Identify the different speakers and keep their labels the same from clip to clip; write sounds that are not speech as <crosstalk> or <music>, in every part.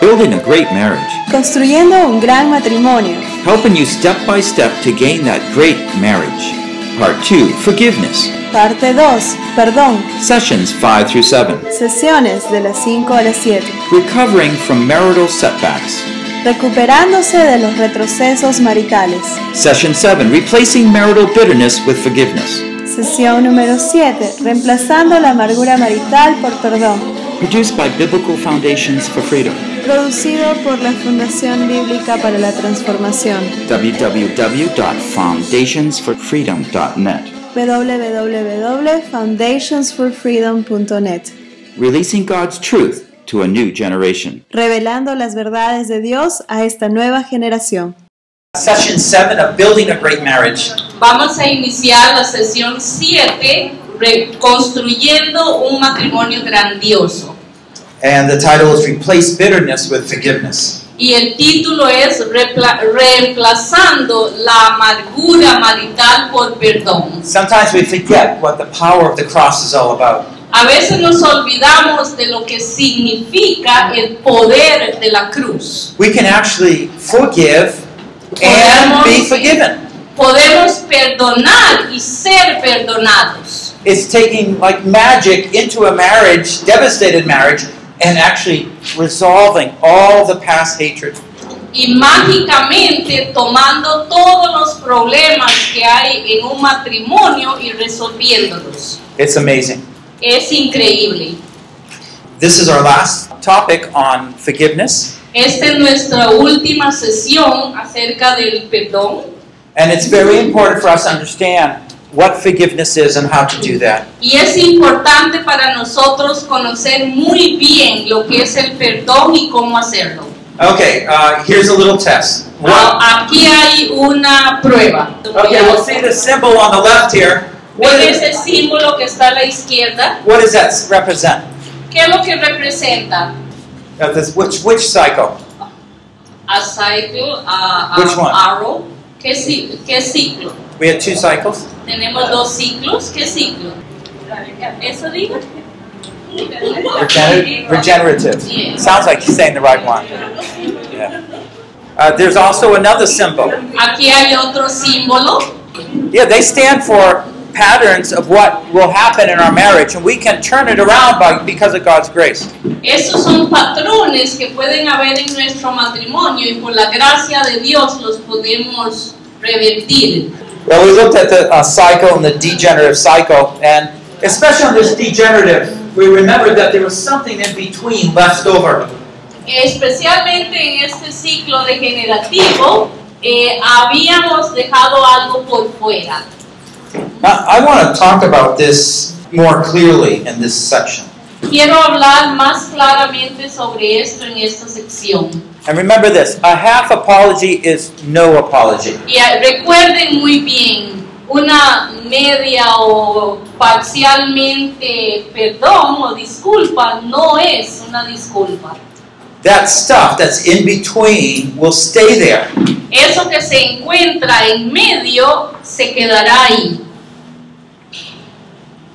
Speaker 1: Building a great marriage.
Speaker 2: Construyendo un gran matrimonio.
Speaker 1: Helping you step by step to gain that great marriage. Part 2 Forgiveness.
Speaker 2: Parte 2. Perdón.
Speaker 1: Sessions 5 through 7.
Speaker 2: Sesiones de las 5 a las 7.
Speaker 1: Recovering from marital setbacks.
Speaker 2: Recuperándose de los retrocesos maritales.
Speaker 1: Session 7 Replacing marital bitterness with forgiveness.
Speaker 2: Sesión número 7. Reemplazando la amargura marital por perdón.
Speaker 1: Produced by Biblical Foundations for Freedom.
Speaker 2: Producido por la Fundación Bíblica para la Transformación.
Speaker 1: www.foundationsforfreedom.net.
Speaker 2: www.foundationsforfreedom.net.
Speaker 1: Releasing God's truth to a new generation.
Speaker 2: Revelando las verdades de Dios a esta nueva generación.
Speaker 1: Session 7 of Building a Great Marriage.
Speaker 3: Vamos a iniciar la sesión 7, reconstruyendo un matrimonio grandioso.
Speaker 1: And the title is Replace Bitterness with Forgiveness.
Speaker 3: Y el título es Repla- Reemplazando la amargura marital por perdón.
Speaker 1: Sometimes we forget what the power of the cross is all about.
Speaker 3: A veces nos olvidamos de lo que significa el poder de la cruz.
Speaker 1: We can actually forgive and be forgiven.
Speaker 3: Podemos perdonar y ser perdonados.
Speaker 1: It's taking like magic into a marriage, devastated marriage, and actually resolving all the past hatred.
Speaker 3: Y mágicamente tomando todos los problemas que hay en un matrimonio y resolviéndolos.
Speaker 1: It's amazing.
Speaker 3: Es increíble.
Speaker 1: This is our last topic on forgiveness,
Speaker 3: Esta es nuestra última sesión acerca del perdón
Speaker 1: and it's very important for us to understand what forgiveness is and how to do that.
Speaker 3: y es importante para nosotros conocer muy bien lo que es el perdón y cómo hacerlo.
Speaker 1: Okay, uh, here's a little test. What-
Speaker 3: Ah, Aquí hay una prueba.
Speaker 1: Okay, we'll see the symbol on the left here. What
Speaker 3: ¿Ven
Speaker 1: is,
Speaker 3: ese símbolo que está a la izquierda?
Speaker 1: what does that represent?
Speaker 3: ¿Qué es lo que representa?
Speaker 1: Uh, this- which, which cycle?
Speaker 3: A cycle, a, a-
Speaker 1: Which one?
Speaker 3: arrow. ¿Qué, ci- qué ciclo?
Speaker 1: We had two cycles.
Speaker 3: Tenemos dos ciclos. ¿Qué ciclo? ¿Eso digo?
Speaker 1: Regener- regenerative.
Speaker 3: Yeah.
Speaker 1: Sounds like you're saying the right one. Yeah. Uh, there's also another symbol.
Speaker 3: Aquí hay otro símbolo
Speaker 1: Yeah, they stand for patterns of what will happen in our marriage, and we can turn it around by, because of God's grace.
Speaker 3: Esos son patrones que pueden haber en nuestro matrimonio y por la gracia de Dios los podemos revertir.
Speaker 1: Well, we looked at the uh, cycle and the degenerative cycle, and especially on this degenerative, we remembered that there was something in between left over.
Speaker 3: Especialmente en este ciclo degenerativo, eh, habíamos dejado algo por fuera.
Speaker 1: Now, I want to talk about this more clearly in this section.
Speaker 3: Quiero hablar más claramente sobre esto en esta sección.
Speaker 1: And remember this a half apology is no apology.
Speaker 3: Y eh, recuerden muy bien, una media o parcialmente perdón o disculpa no es una disculpa.
Speaker 1: That stuff that's in between will stay there.
Speaker 3: Eso que se encuentra en medio se quedará ahí.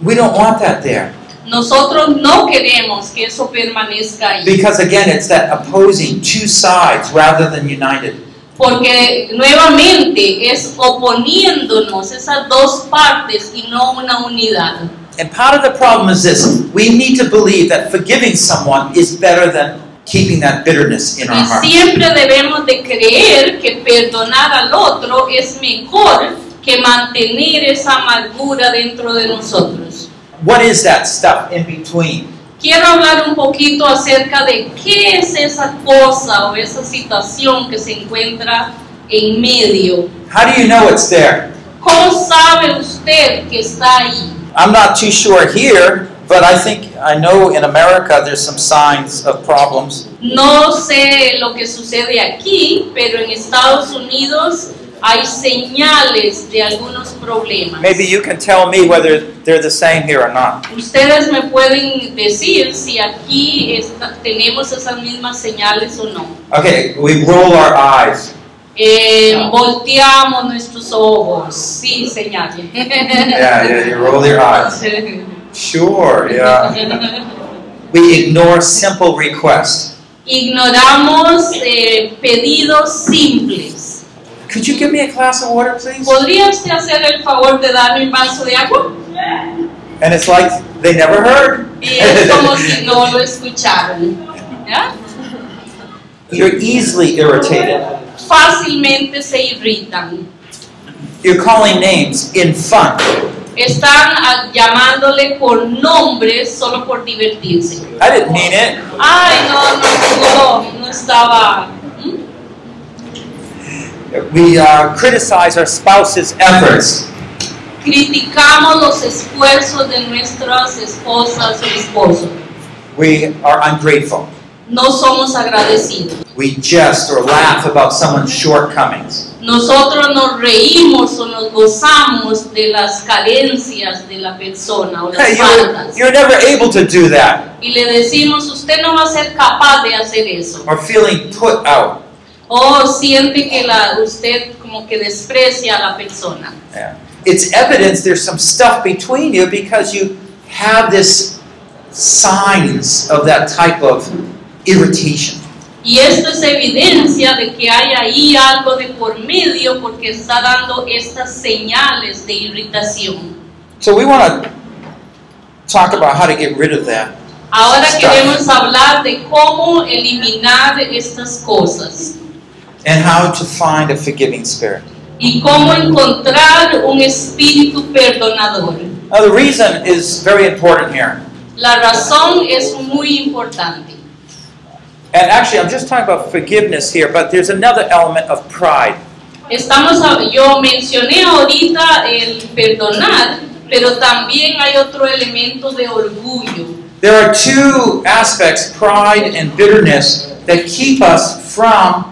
Speaker 1: We don't want that there.
Speaker 3: Nosotros no queremos que eso permanezca ahí,
Speaker 1: Because again, it's that opposing two sides rather than united.
Speaker 3: porque nuevamente es oponiéndonos esas dos partes y no una unidad.
Speaker 1: And part of the problem is this we need to believe that forgiving someone is better than keeping that bitterness in our
Speaker 3: Y
Speaker 1: heart.
Speaker 3: siempre debemos de creer que perdonar al otro es mejor que mantener esa amargura dentro de nosotros.
Speaker 1: What is that stuff in between?
Speaker 3: Quiero hablar un poquito acerca de qué es esa cosa o esa situación que se encuentra en medio.
Speaker 1: How do you know it's there?
Speaker 3: ¿Cómo sabe usted que está ahí?
Speaker 1: I'm not too sure here, but I think I know in America there's some signs of problems.
Speaker 3: No sé lo que sucede aquí, pero en Estados Unidos hay señales de algunos problemas.
Speaker 1: Maybe you can tell me whether they're the same here or not.
Speaker 3: Ustedes me pueden decir si aquí está- tenemos esas mismas señales o no.
Speaker 1: Okay, we roll our eyes.
Speaker 3: Eh, volteamos nuestros ojos. Sí, señales.
Speaker 1: Yeah, yeah, you roll your eyes. Sure, yeah. We ignore simple requests.
Speaker 3: <laughs> Ignoramos eh, pedidos simples.
Speaker 1: Could you give me a glass of water, please?
Speaker 3: ¿Podría usted hacer el favor de darme un vaso de agua?
Speaker 1: And it's like they never heard.
Speaker 3: Y Eh, es como si no lo escucharan. ¿ya?
Speaker 1: You're easily irritated.
Speaker 3: Fácilmente se irritan.
Speaker 1: You're calling names in fun.
Speaker 3: Están ah, llamándole por nombres solo por divertirse.
Speaker 1: I didn't mean it.
Speaker 3: Ay, no, no, no, no estaba. ¿Mm?
Speaker 1: We uh, criticize our spouse's efforts.
Speaker 3: Criticamos los esfuerzos de nuestras esposas o esposos.
Speaker 1: We are ungrateful.
Speaker 3: No somos agradecidos.
Speaker 1: We jest or laugh about someone's shortcomings.
Speaker 3: Nosotros nos reímos o nos gozamos de las carencias de la persona o las
Speaker 1: Hey, you're,
Speaker 3: faltas.
Speaker 1: you're never able to do that.
Speaker 3: Y le decimos, usted no va a ser capaz de hacer eso.
Speaker 1: Or feeling put out.
Speaker 3: O siente que la, usted como que desprecia a la persona.
Speaker 1: Yeah. It's evidence there's some stuff between you because you have this signs of that type of irritation.
Speaker 3: Y esto es evidencia de que hay ahí algo de por medio porque está dando estas señales de irritación.
Speaker 1: So we want to talk about how to get rid of that.
Speaker 3: Ahora
Speaker 1: Está.
Speaker 3: queremos hablar de cómo eliminar estas cosas
Speaker 1: and how to find a forgiving spirit.
Speaker 3: y cómo encontrar un espíritu perdonador.
Speaker 1: Now, the reason is very important here.
Speaker 3: La razón es muy importante.
Speaker 1: And actually, I'm just talking about forgiveness here, but there's another element of pride.
Speaker 3: Estamos, a- yo mencioné ahorita el perdonar, pero también hay otro elemento de orgullo.
Speaker 1: There are two aspects, pride and bitterness, that keep us from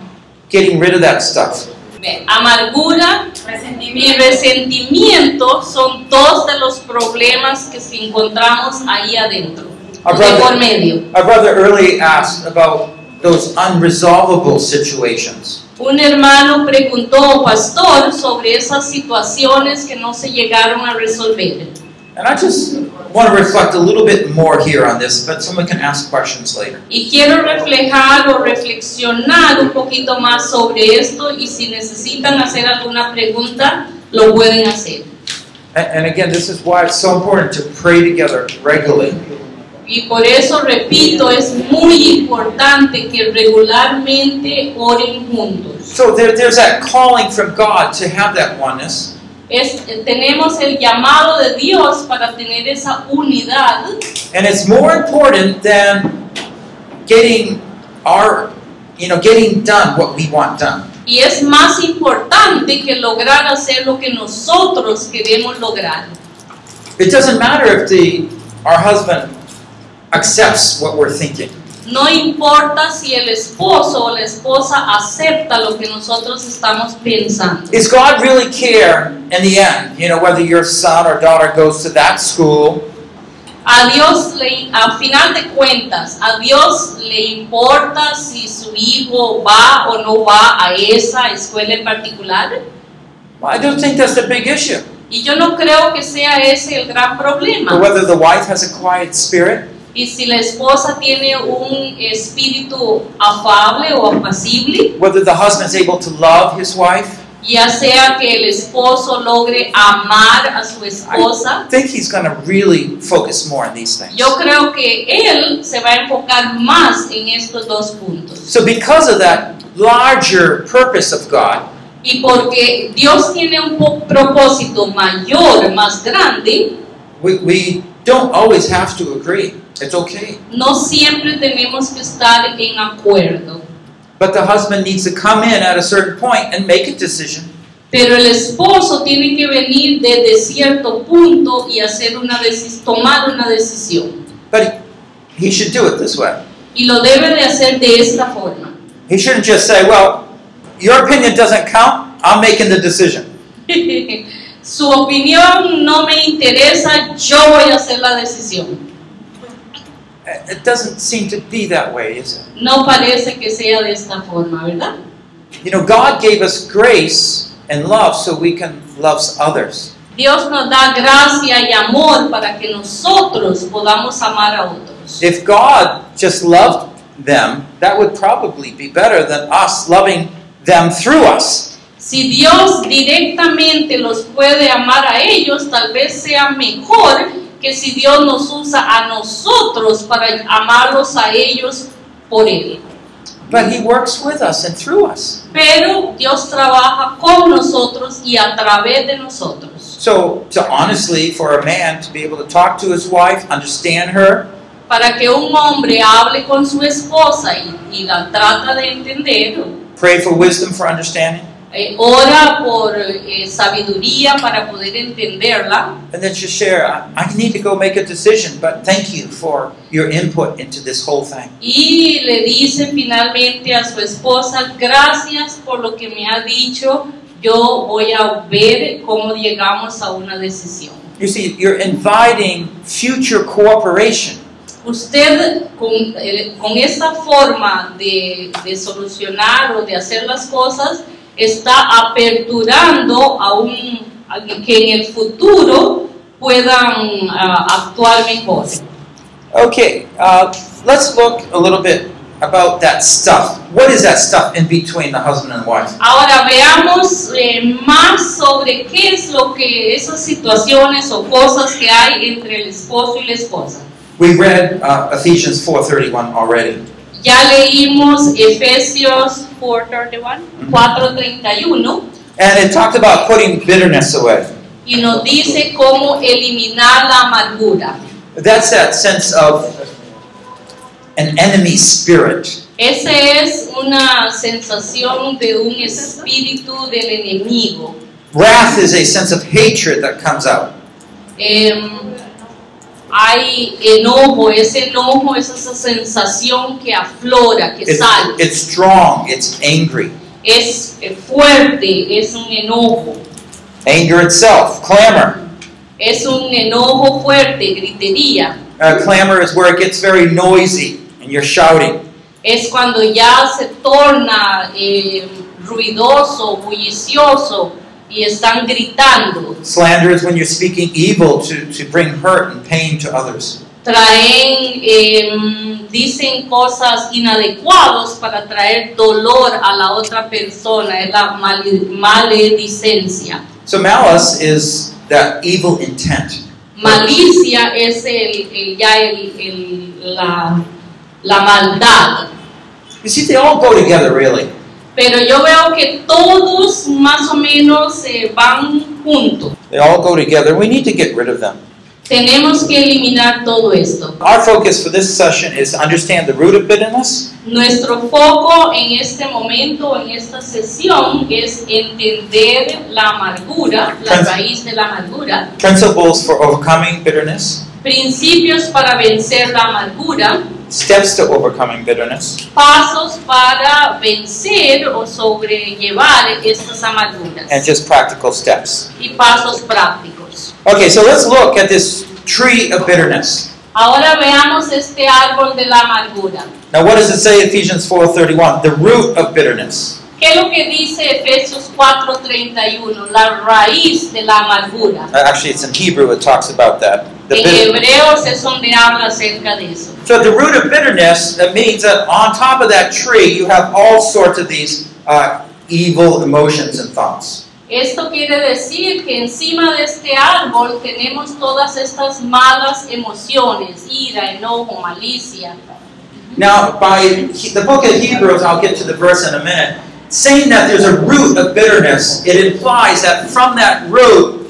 Speaker 1: getting rid of that stuff.
Speaker 3: Amargura y
Speaker 4: Resentimiento.
Speaker 3: resentimiento son dos de los problemas que si encontramos ahí adentro,
Speaker 1: Our
Speaker 3: de por
Speaker 1: brother,
Speaker 3: medio.
Speaker 1: our brother early asked about those unresolvable situations.
Speaker 3: Un hermano preguntó, pastor, sobre esas situaciones que no se llegaron a resolver.
Speaker 1: And I just want to reflect a little bit more here on this, but someone can ask questions later.
Speaker 3: Y quiero reflejar o reflexionar un poquito más sobre esto y si necesitan hacer alguna pregunta, lo pueden hacer.
Speaker 1: And, and again, this is why it's so important to pray together regularly.
Speaker 3: Y por eso, repito, es muy importante que regularmente oren juntos.
Speaker 1: So there, there's that calling from God to have that oneness.
Speaker 3: Es- tenemos el llamado de Dios para tener esa unidad
Speaker 1: And it's more important than getting our, you know, getting done what we want done.
Speaker 3: y es más importante que lograr hacer lo que nosotros queremos lograr.
Speaker 1: It doesn't matter if the, our husband accepts what we're thinking.
Speaker 3: No importa si el esposo o la esposa acepta lo que nosotros estamos pensando.
Speaker 1: Is God really care in the end? You know, whether your son or daughter goes to that school
Speaker 3: A Dios, le, a final de cuentas, a Dios le importa si su hijo va o no va a esa escuela en particular.
Speaker 1: Well, I don't think that's the big issue.
Speaker 3: Y yo no creo que sea ese el gran problema.
Speaker 1: Or whether the wife has a quiet spirit.
Speaker 3: Y si la esposa tiene un espíritu afable o apacible,
Speaker 1: Whether the husband's able to love his wife.
Speaker 3: ya sea que el esposo logre amar a su esposa,
Speaker 1: I think he's going to really focus more on these things.
Speaker 3: yo creo que él se va a enfocar más en estos dos puntos.
Speaker 1: So, because of that larger purpose of God,
Speaker 3: Y porque Dios tiene un po- propósito mayor, más grande,
Speaker 1: we, we don't always have to agree. It's okay.
Speaker 3: no siempre tenemos que estar en acuerdo.
Speaker 1: But the husband needs to come in at a certain point and make a decision.
Speaker 3: Pero el esposo tiene que venir desde cierto punto y hacer una decis- tomar una decisión.
Speaker 1: But he, he should do it this way.
Speaker 3: y lo debe de hacer de esta forma. <laughs>
Speaker 1: He shouldn't just say, Well, your opinion doesn't count. I'm making the decision.
Speaker 3: Su opinión no me interesa, yo voy a hacer la decisión.
Speaker 1: It doesn't seem to be that way, is it?
Speaker 3: No parece que sea de esta forma, ¿verdad?
Speaker 1: You know, God gave us grace and love so we can love others.
Speaker 3: Dios nos da gracia y amor para que nosotros podamos amar a otros.
Speaker 1: If God just loved them, that would probably be better than us loving them through us.
Speaker 3: Si Dios directamente los puede amar a ellos, tal vez sea mejor que si Dios nos usa a nosotros para amarlos a ellos por Él.
Speaker 1: But He works with us and through us.
Speaker 3: Pero Dios trabaja con nosotros y a través de nosotros.
Speaker 1: So, to honestly, for a man to be able to talk to his wife, understand her,
Speaker 3: Para que un hombre hable con su esposa y, y la trata de entender,
Speaker 1: pray for wisdom for understanding,
Speaker 3: eh, ora por eh, sabiduría para poder entenderla.
Speaker 1: and then just share, I, I need to go make a decision, but thank you for your input into this whole thing.
Speaker 3: Y le dice finalmente a su esposa, gracias por lo que me ha dicho, yo voy a ver cómo llegamos a una decisión.
Speaker 1: You see, you're inviting future cooperation.
Speaker 3: Usted con, eh, con esta forma de, de solucionar o de hacer las cosas está aperturando a, un, a que en el futuro puedan ah, actuar mejor.
Speaker 1: Okay, uh, let's look a little bit about that stuff. What is that stuff in between the husband and wife?
Speaker 3: Ahora veamos eh, más sobre qué es lo que esas situaciones o cosas que hay entre el esposo y la esposa.
Speaker 1: We read uh, Ephesians 4:31 already.
Speaker 3: Ya leímos Efesios 4:31, 4:31
Speaker 1: And it talked about putting bitterness away.
Speaker 3: y nos dice cómo eliminar la amargura.
Speaker 1: That's that sense of an enemy spirit.
Speaker 3: Esa es una sensación de un espíritu del enemigo.
Speaker 1: Wrath is a sense of hatred that comes out.
Speaker 3: Em, hay enojo, ese enojo es esa sensación que aflora, que
Speaker 1: It's,
Speaker 3: sale.
Speaker 1: it's strong, it's angry.
Speaker 3: es eh, fuerte, es un enojo,
Speaker 1: Anger itself, clamor.
Speaker 3: es un enojo fuerte, gritería.
Speaker 1: Uh, clamor is where it gets very noisy and you're shouting.
Speaker 3: Es cuando ya se torna eh, ruidoso, bullicioso y están gritando.
Speaker 1: Slander is when you're speaking evil to, to bring hurt and pain to others.
Speaker 3: Traen, eh, dicen cosas inadecuadas para traer dolor a la otra persona, es la male- maledicencia.
Speaker 1: So malice is that evil intent.
Speaker 3: Malicia es el, el- ya el- el- la- la maldad.
Speaker 1: You see, they all go together, really.
Speaker 3: Pero yo veo que todos más o menos eh, van juntos.
Speaker 1: They all go together. We need to get rid of them.
Speaker 3: Tenemos que eliminar todo esto.
Speaker 1: Our focus for this session is to understand the root of bitterness,
Speaker 3: Nuestro foco en este momento, en esta sesión, es entender la amargura, la
Speaker 1: Trans-
Speaker 3: raíz de la amargura,
Speaker 1: principles for overcoming bitterness,
Speaker 3: principios para vencer la amargura,
Speaker 1: steps to overcoming bitterness,
Speaker 3: pasos para vencer o sobrellevar estas
Speaker 1: and
Speaker 3: amarguras
Speaker 1: just practical steps.
Speaker 3: y pasos prácticos.
Speaker 1: Okay, so let's look at this tree of bitterness.
Speaker 3: Ahora veamos este árbol de la amargura.
Speaker 1: Now, what does it say Ephesians 4:31? The root of bitterness.
Speaker 3: ¿Qué es lo que dice Efesios 4:31? La raíz de la amargura.
Speaker 1: Uh, Actually, it's in Hebrew it talks about that. The
Speaker 3: En
Speaker 1: bitter-
Speaker 3: Hebreos es donde habla acerca de eso.
Speaker 1: so the root of bitterness that means that on top of that tree you have all sorts of these uh, evil emotions and thoughts.
Speaker 3: Esto quiere decir que encima de este árbol tenemos todas estas malas emociones, ira, enojo, malicia.
Speaker 1: Now, by He- the book of Hebrews, I'll get to the verse in a minute. Saying that there's a root of bitterness, it implies that from that root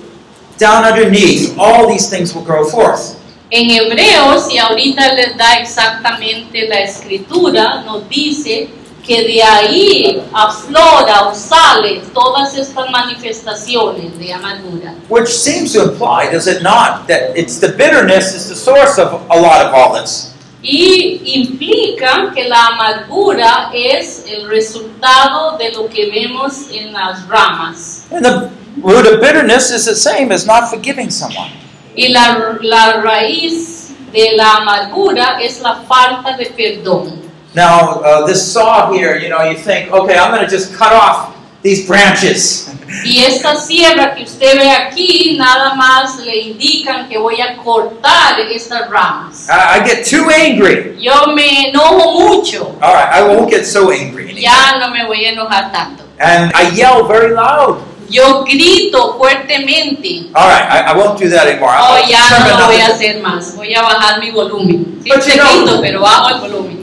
Speaker 1: down underneath, all these things will grow forth.
Speaker 3: En Hebreos, y ahorita les da exactamente la escritura, nos dice que de ahí aflora o sale todas estas manifestaciones de amargura.
Speaker 1: Which seems to imply, does it not, that it's the bitterness is the source of a lot of all this.
Speaker 3: Y implica que la amargura es el resultado de lo que vemos en las ramas.
Speaker 1: And the root of bitterness is the same as not forgiving someone.
Speaker 3: Y la, la raíz de la amargura es la falta de perdón.
Speaker 1: Now, uh, this saw here, you know, you think, okay, I'm going to just cut off these branches.
Speaker 3: Y esta sierra que usted ve aquí nada más le indican que voy a cortar estas ramas.
Speaker 1: I, I get too angry.
Speaker 3: Yo me enojo mucho,
Speaker 1: All right, I won't get so angry. anymore.
Speaker 3: ya no me voy a enojar tanto.
Speaker 1: And I yell very loud.
Speaker 3: Yo grito fuertemente.
Speaker 1: All right, I, I won't do that anymore.
Speaker 3: Oh,
Speaker 1: I'll
Speaker 3: ya
Speaker 1: determine
Speaker 3: no lo
Speaker 1: not
Speaker 3: voy a
Speaker 1: to-
Speaker 3: hacer más. Voy a bajar mi volumen. Sí,
Speaker 1: But you know-
Speaker 3: grito, pero bajo el volumen.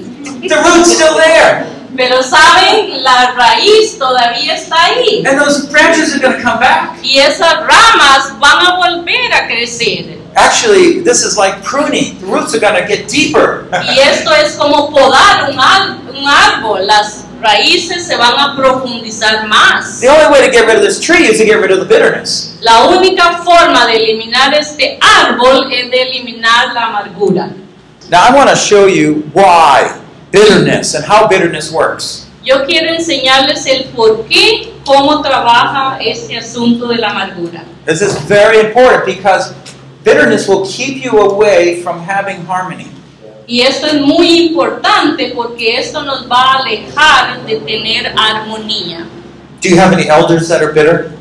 Speaker 1: The root's still there,
Speaker 3: Pero saben, la raíz todavía está ahí.
Speaker 1: and those branches are going to come back.
Speaker 3: Y esas ramas van a volver a crecer.
Speaker 1: Actually, this is like pruning. The roots are going to get deeper.
Speaker 3: Y esto es como podar un, al- un árbol. Las raíces se van a profundizar más.
Speaker 1: the only way to get rid of this tree is to get rid of the bitterness.
Speaker 3: La única forma de eliminar este árbol es de eliminar la amargura.
Speaker 1: Now, I want to show you why bitterness and how bitterness works.
Speaker 3: Yo quiero enseñarles el por qué, cómo trabaja este asunto de la amargura.
Speaker 1: This is very important because bitterness will keep you away from having harmony.
Speaker 3: Y esto es muy importante porque esto nos va a alejar de tener armonía.
Speaker 1: Do you have any elders that are bitter?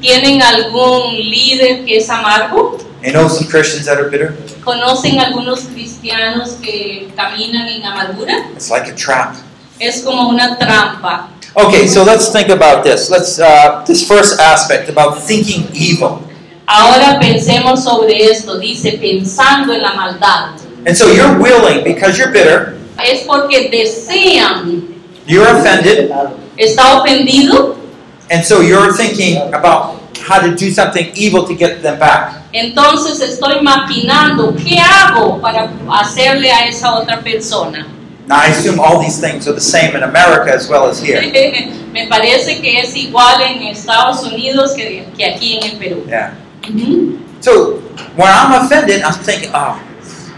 Speaker 3: ¿Tienen algún líder que es amargo?
Speaker 1: You know some Christians that are bitter?
Speaker 3: ¿Conocen algunos cristianos que caminan en amargura?
Speaker 1: It's like a trap.
Speaker 3: Es como una trampa.
Speaker 1: Okay, so let's think about this. Let's uh, this first aspect about thinking evil.
Speaker 3: Ahora pensemos sobre esto, dice, pensando en la maldad.
Speaker 1: And so you're willing because you're bitter,
Speaker 3: Es porque desean,
Speaker 1: you're offended,
Speaker 3: está ofendido,
Speaker 1: and so you're thinking about how to do something evil to get them back.
Speaker 3: entonces estoy maquinando qué hago para hacerle a esa otra persona.
Speaker 1: Now I assume all these things are the same in America as well as here.
Speaker 3: <laughs> Me parece que es igual en Estados Unidos que, que aquí en el Perú.
Speaker 1: Yeah.
Speaker 3: Ujú.
Speaker 1: So when I'm offended, I'm thinking, oh,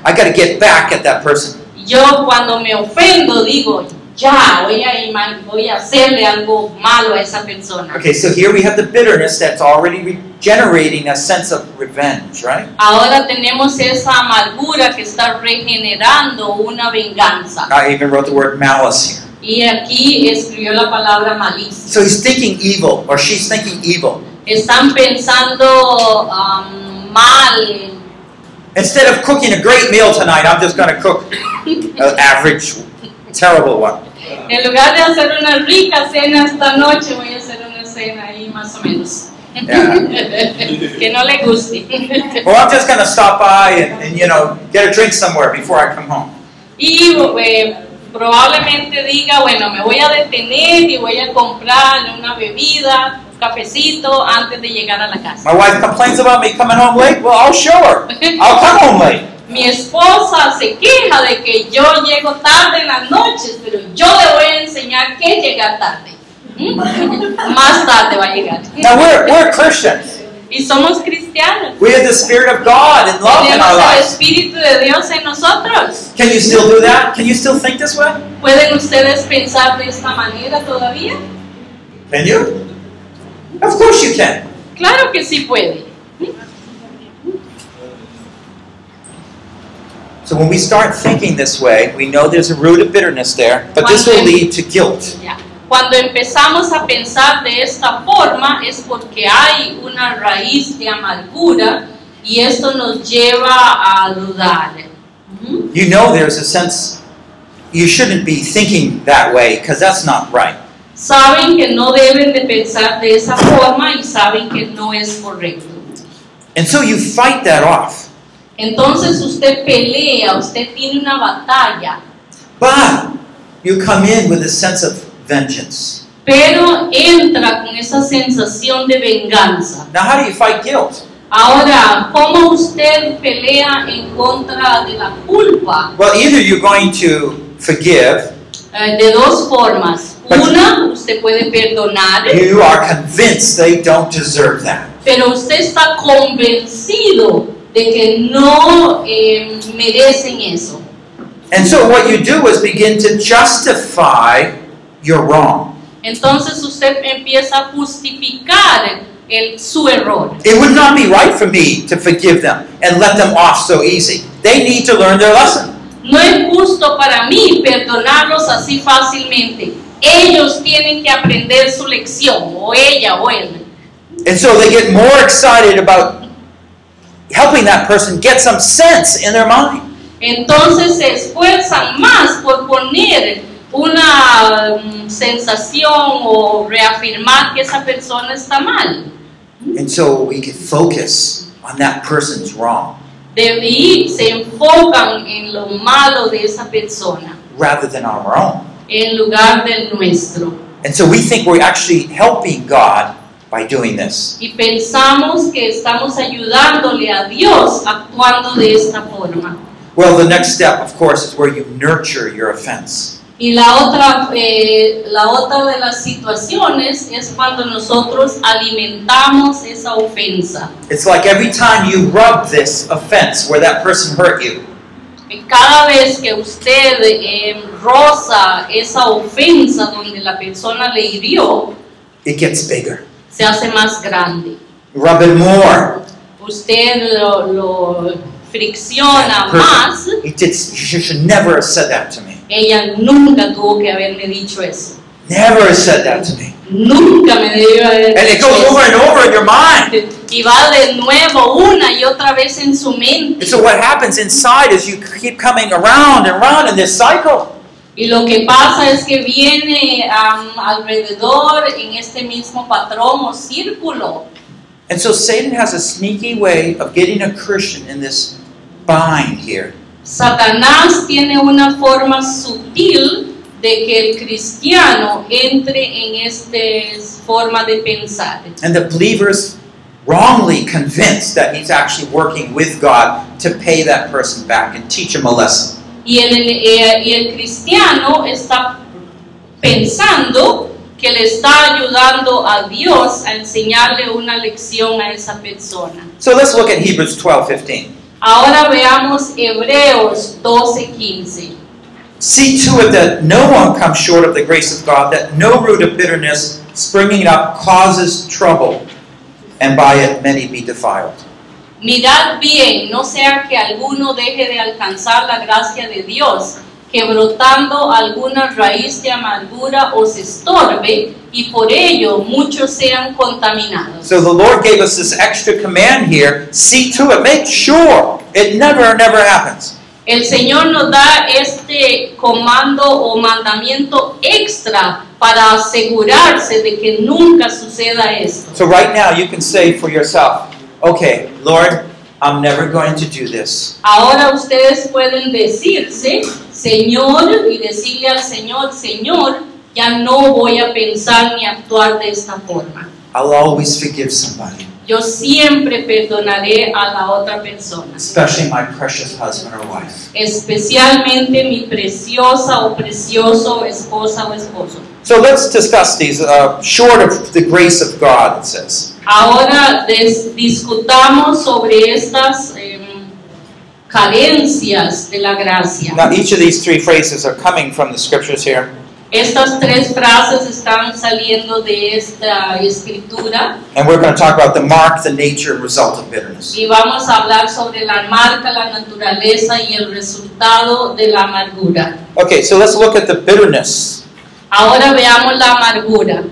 Speaker 1: I got to get back at that person.
Speaker 3: Yo cuando me ofendo digo, ya, voy a, ima- voy a hacerle algo malo a esa persona.
Speaker 1: Okay, so here we have the bitterness that's already re- generating a sense of revenge, right?
Speaker 3: Ahora tenemos esa amargura que está regenerando una venganza.
Speaker 1: I even wrote the word malice here.
Speaker 3: Y aquí escribió la palabra malicia.
Speaker 1: So he's thinking evil, or she's thinking evil.
Speaker 3: Están pensando am, mal.
Speaker 1: Instead of cooking a great meal tonight, I'm just going to cook an average, terrible one.
Speaker 3: En lugar de hacer una rica cena esta noche, voy a hacer una cena ahí más o menos.
Speaker 1: Yeah.
Speaker 3: <laughs> que no le guste. <laughs>
Speaker 1: Or I'm just going to stop by and, and, you know, get a drink somewhere before I come home.
Speaker 3: Y eh, probablemente diga, bueno, me voy a detener y voy a comprar una bebida, un cafecito antes de llegar a la casa.
Speaker 1: My wife complains about me coming home late. Well, I'll show her. I'll come home late.
Speaker 3: Mi esposa se queja de que yo llego tarde en las noches, pero yo le voy a enseñar que llegar tarde. ¿Mm? Más tarde va a llegar.
Speaker 1: Now, we're, we're Christians.
Speaker 3: Y somos cristianos.
Speaker 1: We have the Spirit of God and love in
Speaker 3: Tenemos
Speaker 1: our
Speaker 3: el
Speaker 1: lives.
Speaker 3: Espíritu de Dios en nosotros.
Speaker 1: Can you still do that? Can you still think this way?
Speaker 3: ¿Pueden ustedes pensar de esta manera todavía?
Speaker 1: Can you? Of course you can.
Speaker 3: Claro que sí pueden.
Speaker 1: So when we start thinking this way, we know there's a root of bitterness there, but this will lead to guilt.
Speaker 3: Ya. Cuando empezamos a pensar de esta forma es porque hay una raíz de amargura y esto nos lleva a dudar. Ujú.
Speaker 1: You know there's a sense you shouldn't be thinking that way because that's not right.
Speaker 3: Saben que no deben de pensar de esa forma y saben que no es correcto.
Speaker 1: And so you fight that off.
Speaker 3: Entonces usted pelea, usted tiene una batalla,
Speaker 1: But you come in with a sense of vengeance.
Speaker 3: pero entra con esa sensación de venganza.
Speaker 1: Now, how do you fight guilt?
Speaker 3: Ahora, ¿cómo usted pelea en contra de la culpa?
Speaker 1: Well, either you're going to forgive,
Speaker 3: Eh, de dos formas.
Speaker 1: Pero-
Speaker 3: Una, usted puede perdonar,
Speaker 1: you are convinced they don't deserve that.
Speaker 3: pero usted está convencido de que no eh, merecen eso.
Speaker 1: And so what you do is begin to justify your wrong.
Speaker 3: Entonces usted empieza a justificar el, su error.
Speaker 1: It would not be right for me to forgive them and let them off so easy. They need to learn their lesson.
Speaker 3: No es justo para mí perdonarlos así fácilmente. ellos tienen que aprender su lección, o ella o él.
Speaker 1: And so they get more excited about helping that person get some sense in their mind.
Speaker 3: Entonces se esfuerzan más por poner una um, sensación o reafirmar que esa persona está mal.
Speaker 1: And so we can focus on that person's wrong
Speaker 3: Debe ir, se enfocan en lo malo de esa persona
Speaker 1: rather than on our own.
Speaker 3: en lugar del nuestro.
Speaker 1: And so we think we're actually helping God by doing this.
Speaker 3: Y pensamos que estamos ayudándole a Dios actuando de esta forma.
Speaker 1: Well, the next step, of course, is where you nurture your offense.
Speaker 3: Y la otra, eh, la otra de las situaciones es cuando nosotros alimentamos esa ofensa.
Speaker 1: It's like every time you rub this offense where that person hurt you,
Speaker 3: Que Cada vez que usted eh, roza esa ofensa donde la persona le hirió,
Speaker 1: it gets bigger.
Speaker 3: se hace más grande.
Speaker 1: Rub it more.
Speaker 3: Usted lo, lo
Speaker 1: <laughs>
Speaker 3: fricciona más.
Speaker 1: It did, you should should never have said that to me.
Speaker 3: Ella nunca tuvo que haberme dicho eso.
Speaker 1: Never have said that to me.
Speaker 3: Nunca me debió haber
Speaker 1: And it
Speaker 3: dicho
Speaker 1: goes
Speaker 3: eso.
Speaker 1: over and over in your mind.
Speaker 3: Y va de nuevo una y otra vez en su
Speaker 1: And
Speaker 3: mente.
Speaker 1: so what happens inside is you keep coming around and around in this cycle.
Speaker 3: Y lo que pasa es que viene am, alrededor en este mismo patrón o círculo.
Speaker 1: And so Satan has a sneaky way of getting a Christian in this bind here.
Speaker 3: Satanás tiene una forma sutil de que el cristiano entre en esta forma de pensar.
Speaker 1: And the believer's wrongly convinced that he's actually working with God to pay that person back and teach him a lesson.
Speaker 3: Y el, el- eh, y el cristiano está pensando que le está ayudando a Dios a enseñarle una lección a esa persona.
Speaker 1: So let's look at Hebrews 12 15.
Speaker 3: Ahora veamos Hebreos 12:15.
Speaker 1: See to it that no one comes short of the grace of God, that no root of bitterness springing up causes trouble, and by it many be defiled.
Speaker 3: Mirad bien, no sea que alguno deje de alcanzar la gracia de Dios, que brotando alguna raíz de amargura os estorbe y por ello muchos sean contaminados.
Speaker 1: So the Lord gave us this extra command here see to it, make sure it never, never happens.
Speaker 3: El Señor nos da este comando o mandamiento extra para asegurarse de que nunca suceda esto.
Speaker 1: So right now you can say for yourself, okay, Lord, I'm never going to do this.
Speaker 3: Ahora ustedes pueden decirse, Señor, y decirle al Señor, Señor, ya no voy a pensar ni actuar de esta forma.
Speaker 1: I'll always forgive somebody,
Speaker 3: Yo siempre perdonaré a la otra persona,
Speaker 1: especially my precious husband or wife.
Speaker 3: especialmente mi preciosa o precioso esposa o esposo.
Speaker 1: So let's discuss these uh, short of the grace of God, it says.
Speaker 3: Ahora des- discutamos sobre estas em, carencias de la gracia.
Speaker 1: Now, each of these three phrases are coming from the scriptures here,
Speaker 3: Estas tres frases están saliendo de esta escritura.
Speaker 1: and we're going to talk about the mark, the nature, and result of bitterness.
Speaker 3: y vamos a hablar sobre la marca, la naturaleza y el resultado de la amargura.
Speaker 1: Okay, so let's look at the bitterness
Speaker 3: Ahora veamos la amargura.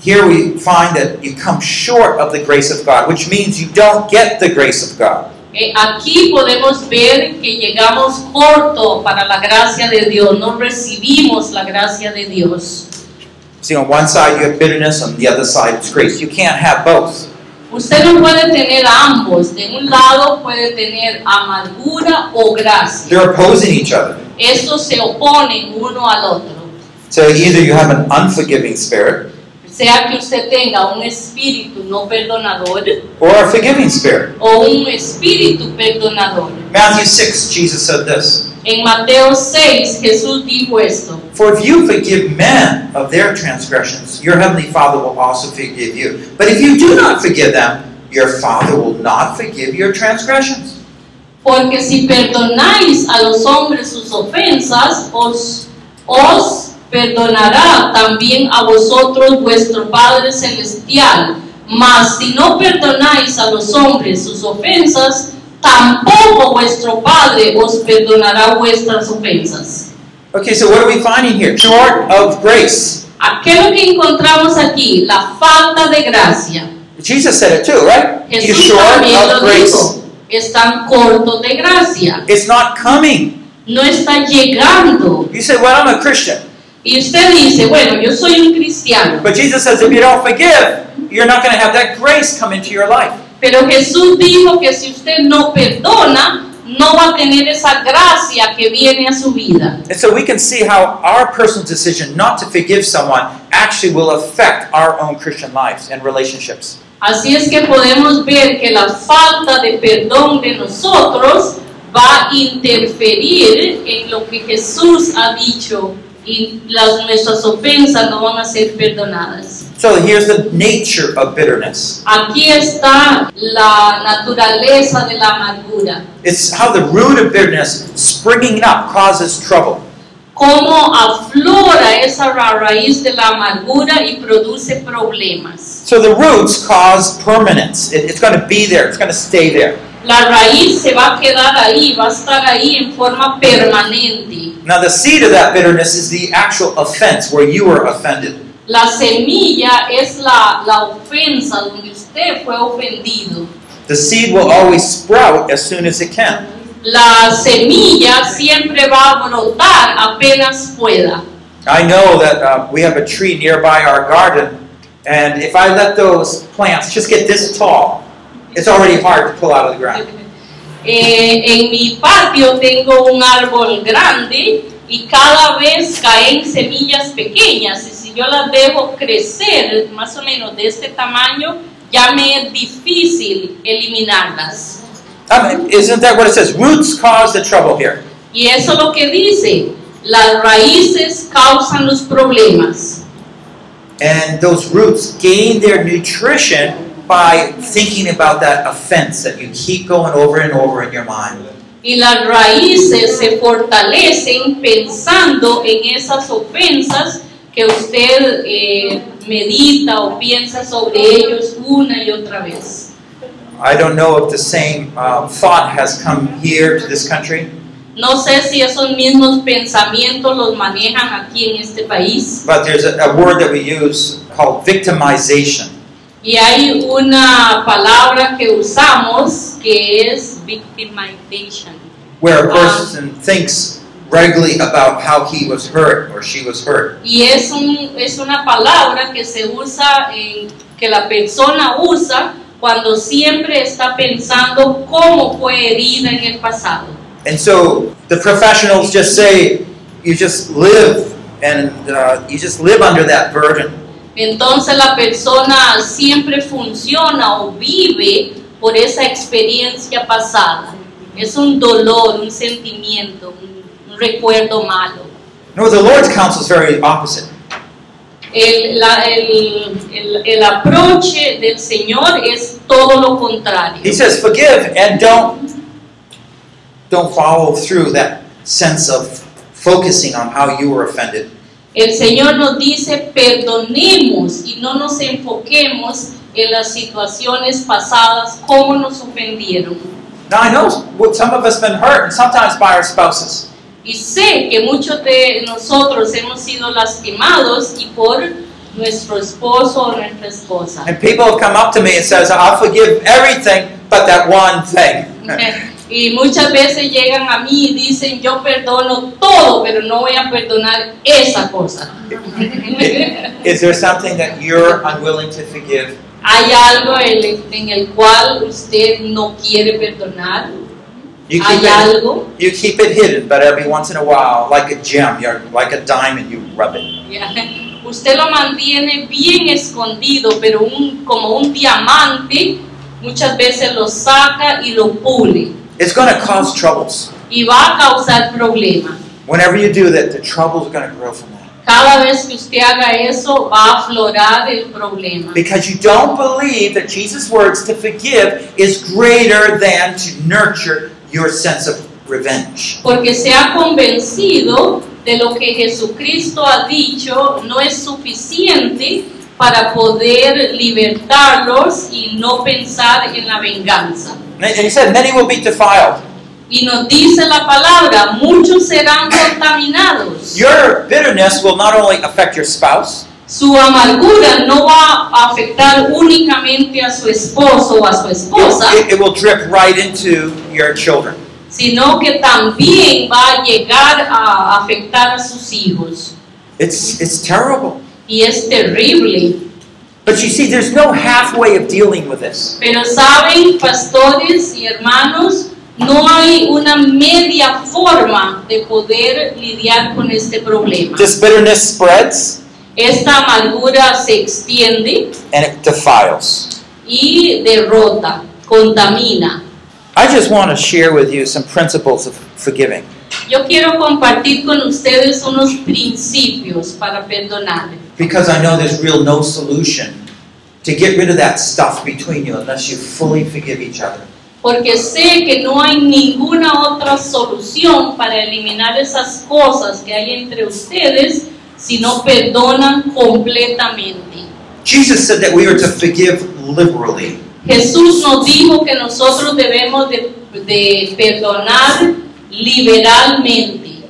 Speaker 1: Here we find that you come short of the grace of God, which means you don't get the grace of God.
Speaker 3: Eh, aquí podemos ver que llegamos corto para la gracia de Dios, no recibimos la gracia de Dios.
Speaker 1: See, on one side you have bitterness, on the other side it's grace. You can't have both.
Speaker 3: Usted no puede tener ambos, de un lado puede tener amargura o gracia.
Speaker 1: They're opposing each other.
Speaker 3: Estos se oponen uno al otro.
Speaker 1: So either you have an unforgiving spirit
Speaker 3: Sea que usted tenga un espíritu no perdonador
Speaker 1: or a forgiving spirit.
Speaker 3: o un espíritu perdonador.
Speaker 1: Matthew 6, Jesus said this
Speaker 3: En Mateo 6 Jesús dijo esto,
Speaker 1: For if you forgive men of their transgressions, your heavenly Father will also forgive you. But if you do not forgive them, your Father will not forgive your transgressions.
Speaker 3: porque si perdonáis a los hombres sus ofensas, os, os perdonará también a vosotros vuestro Padre Celestial. Mas si no perdonáis a los hombres sus ofensas, tampoco vuestro Padre os perdonará vuestras ofensas.
Speaker 1: Okay, so what are we finding here? Short of grace.
Speaker 3: ¿A qué es lo que encontramos aquí? La falta de gracia.
Speaker 1: Jesus said it too, right? He's
Speaker 3: Jesús
Speaker 1: short
Speaker 3: también
Speaker 1: of
Speaker 3: lo
Speaker 1: grace.
Speaker 3: dijo. Están cortos de gracia.
Speaker 1: It's not coming.
Speaker 3: No está llegando.
Speaker 1: You say, well, I'm a Christian.
Speaker 3: Y usted dice, bueno, yo soy un cristiano.
Speaker 1: But Jesus says, if you don't forgive, you're not going to have that grace come into your life.
Speaker 3: Pero Jesús dijo que si usted no perdona, no va a tener esa gracia que viene a su vida.
Speaker 1: And so we can see how our personal decision not to forgive someone actually will affect our own Christian lives and relationships.
Speaker 3: Así es que podemos ver que la falta de perdón de nosotros va a interferir en lo que Jesús ha dicho y las, nuestras ofensas no van a ser perdonadas.
Speaker 1: So here's the nature of bitterness
Speaker 3: Aquí está la naturaleza de la amargura,
Speaker 1: it's how the root of bitterness springing up causes trouble.
Speaker 3: cómo aflora esa ra- raíz de la amargura y produce problemas.
Speaker 1: So the roots cause permanence. It- it's going to be there, it's going to stay there.
Speaker 3: La raíz se va a quedar ahí, va a estar ahí en forma permanente.
Speaker 1: Now, the seed of that bitterness is the actual offense where you were offended.
Speaker 3: La semilla es la, la ofensa donde usted fue ofendido.
Speaker 1: The seed will always sprout as soon as it can.
Speaker 3: La semilla siempre va a brotar apenas pueda.
Speaker 1: I know that uh, we have a tree nearby our garden, and if I let those plants just get this tall, it's already hard to pull out of the ground.
Speaker 3: Eh, en mi patio tengo un árbol grande y cada vez caen semillas pequeñas y si yo las dejo crecer más o menos de este tamaño, ya me es difícil eliminarlas.
Speaker 1: I mean, isn't that what it says? Roots cause the trouble here.
Speaker 3: Y eso es lo que dice, las raíces causan los problemas.
Speaker 1: And those roots gain their nutrition by thinking about that offense that you keep going over and over in your mind.
Speaker 3: Y las raíces se fortalecen pensando en esas ofensas que usted eh, medita o piensa sobre ellos una y otra vez.
Speaker 1: I don't know if the same um, thought has come here to this country,
Speaker 3: No sé si esos mismos pensamientos los manejan aquí en este país.
Speaker 1: but there's a, a word that we use called victimization.
Speaker 3: Y hay una palabra que usamos que es victimization.
Speaker 1: where a person thinks regularly about how he was hurt or she was hurt.
Speaker 3: Y es, un, es una palabra que se usa, en- que la persona usa cuando siempre está pensando cómo fue herida en el pasado.
Speaker 1: And so the professionals just say, you just live and uh, you just live under that burden.
Speaker 3: Entonces la persona siempre funciona o vive por esa experiencia pasada. Es un dolor, un sentimiento, un, un recuerdo malo.
Speaker 1: No, the Lord's counsel is very opposite.
Speaker 3: El, la- el, el, el aproche del Señor es todo lo contrario.
Speaker 1: He says, forgive and don't don't follow through that sense of focusing on how you were offended.
Speaker 3: El Señor nos dice, perdonemos y no nos enfoquemos en las situaciones pasadas, cómo nos ofendieron.
Speaker 1: Now I know what- some of us been hurt, and sometimes by our spouses.
Speaker 3: Y sé que muchos de nosotros hemos sido lastimados y por nuestro esposo o nuestra esposa.
Speaker 1: <laughs> And people have come up to me and says, I'll forgive everything but that one
Speaker 3: <laughs>
Speaker 1: thing.
Speaker 3: Y muchas veces llegan a mí y dicen, yo perdono todo, pero no voy a perdonar esa cosa.
Speaker 1: Is there something that you're unwilling to forgive?
Speaker 3: Hay algo en- en el cual usted no quiere perdonar.
Speaker 1: You keep
Speaker 3: Hay
Speaker 1: it,
Speaker 3: algo.
Speaker 1: you keep it hidden, but every once in a while, like a gem, you're like a diamond, you rub it.
Speaker 3: Ya. Usted lo mantiene bien escondido, pero un- como un diamante, muchas veces lo saca y lo pule
Speaker 1: It's going to cause troubles.
Speaker 3: y va a causar problemas.
Speaker 1: Whenever you do that, the troubles are going to grow from that
Speaker 3: Cada vez que usted haga eso, va a aflorar el problema.
Speaker 1: because you don't believe that Jesus' words to forgive is greater than to nurture your sense of revenge.
Speaker 3: Porque se ha convencido de lo que Jesucristo ha dicho, no es suficiente para poder libertarlos y no pensar en la venganza.
Speaker 1: And and he said, "Many will be defiled."
Speaker 3: Y nos dice la palabra, muchos serán contaminados.
Speaker 1: Your bitterness will not only affect your spouse,
Speaker 3: Su amargura no va a afectar únicamente a su esposo o a su esposa,
Speaker 1: it, it will drip right into your children.
Speaker 3: sino que también va a llegar a afectar a sus hijos.
Speaker 1: It's, it's terrible.
Speaker 3: Y es terrible.
Speaker 1: But you see, there's no halfway of dealing with this.
Speaker 3: Pero saben, pastores y hermanos, no hay una media forma de poder lidiar con este problema.
Speaker 1: This bitterness spreads
Speaker 3: Esta amargura se extiende
Speaker 1: and it defiles.
Speaker 3: y derrota, contamina.
Speaker 1: I just want to share with you some principles of forgiving.
Speaker 3: Yo quiero compartir con ustedes unos principios para perdonar,
Speaker 1: Because I know there's real no solution to get rid of that stuff between you unless you fully forgive each other.
Speaker 3: porque sé que no hay ninguna otra solución para eliminar esas cosas que hay entre ustedes si no perdonan completamente.
Speaker 1: Jesus said that we are to forgive liberally.
Speaker 3: Jesús nos dijo que nosotros debemos de, de perdonar liberalmente.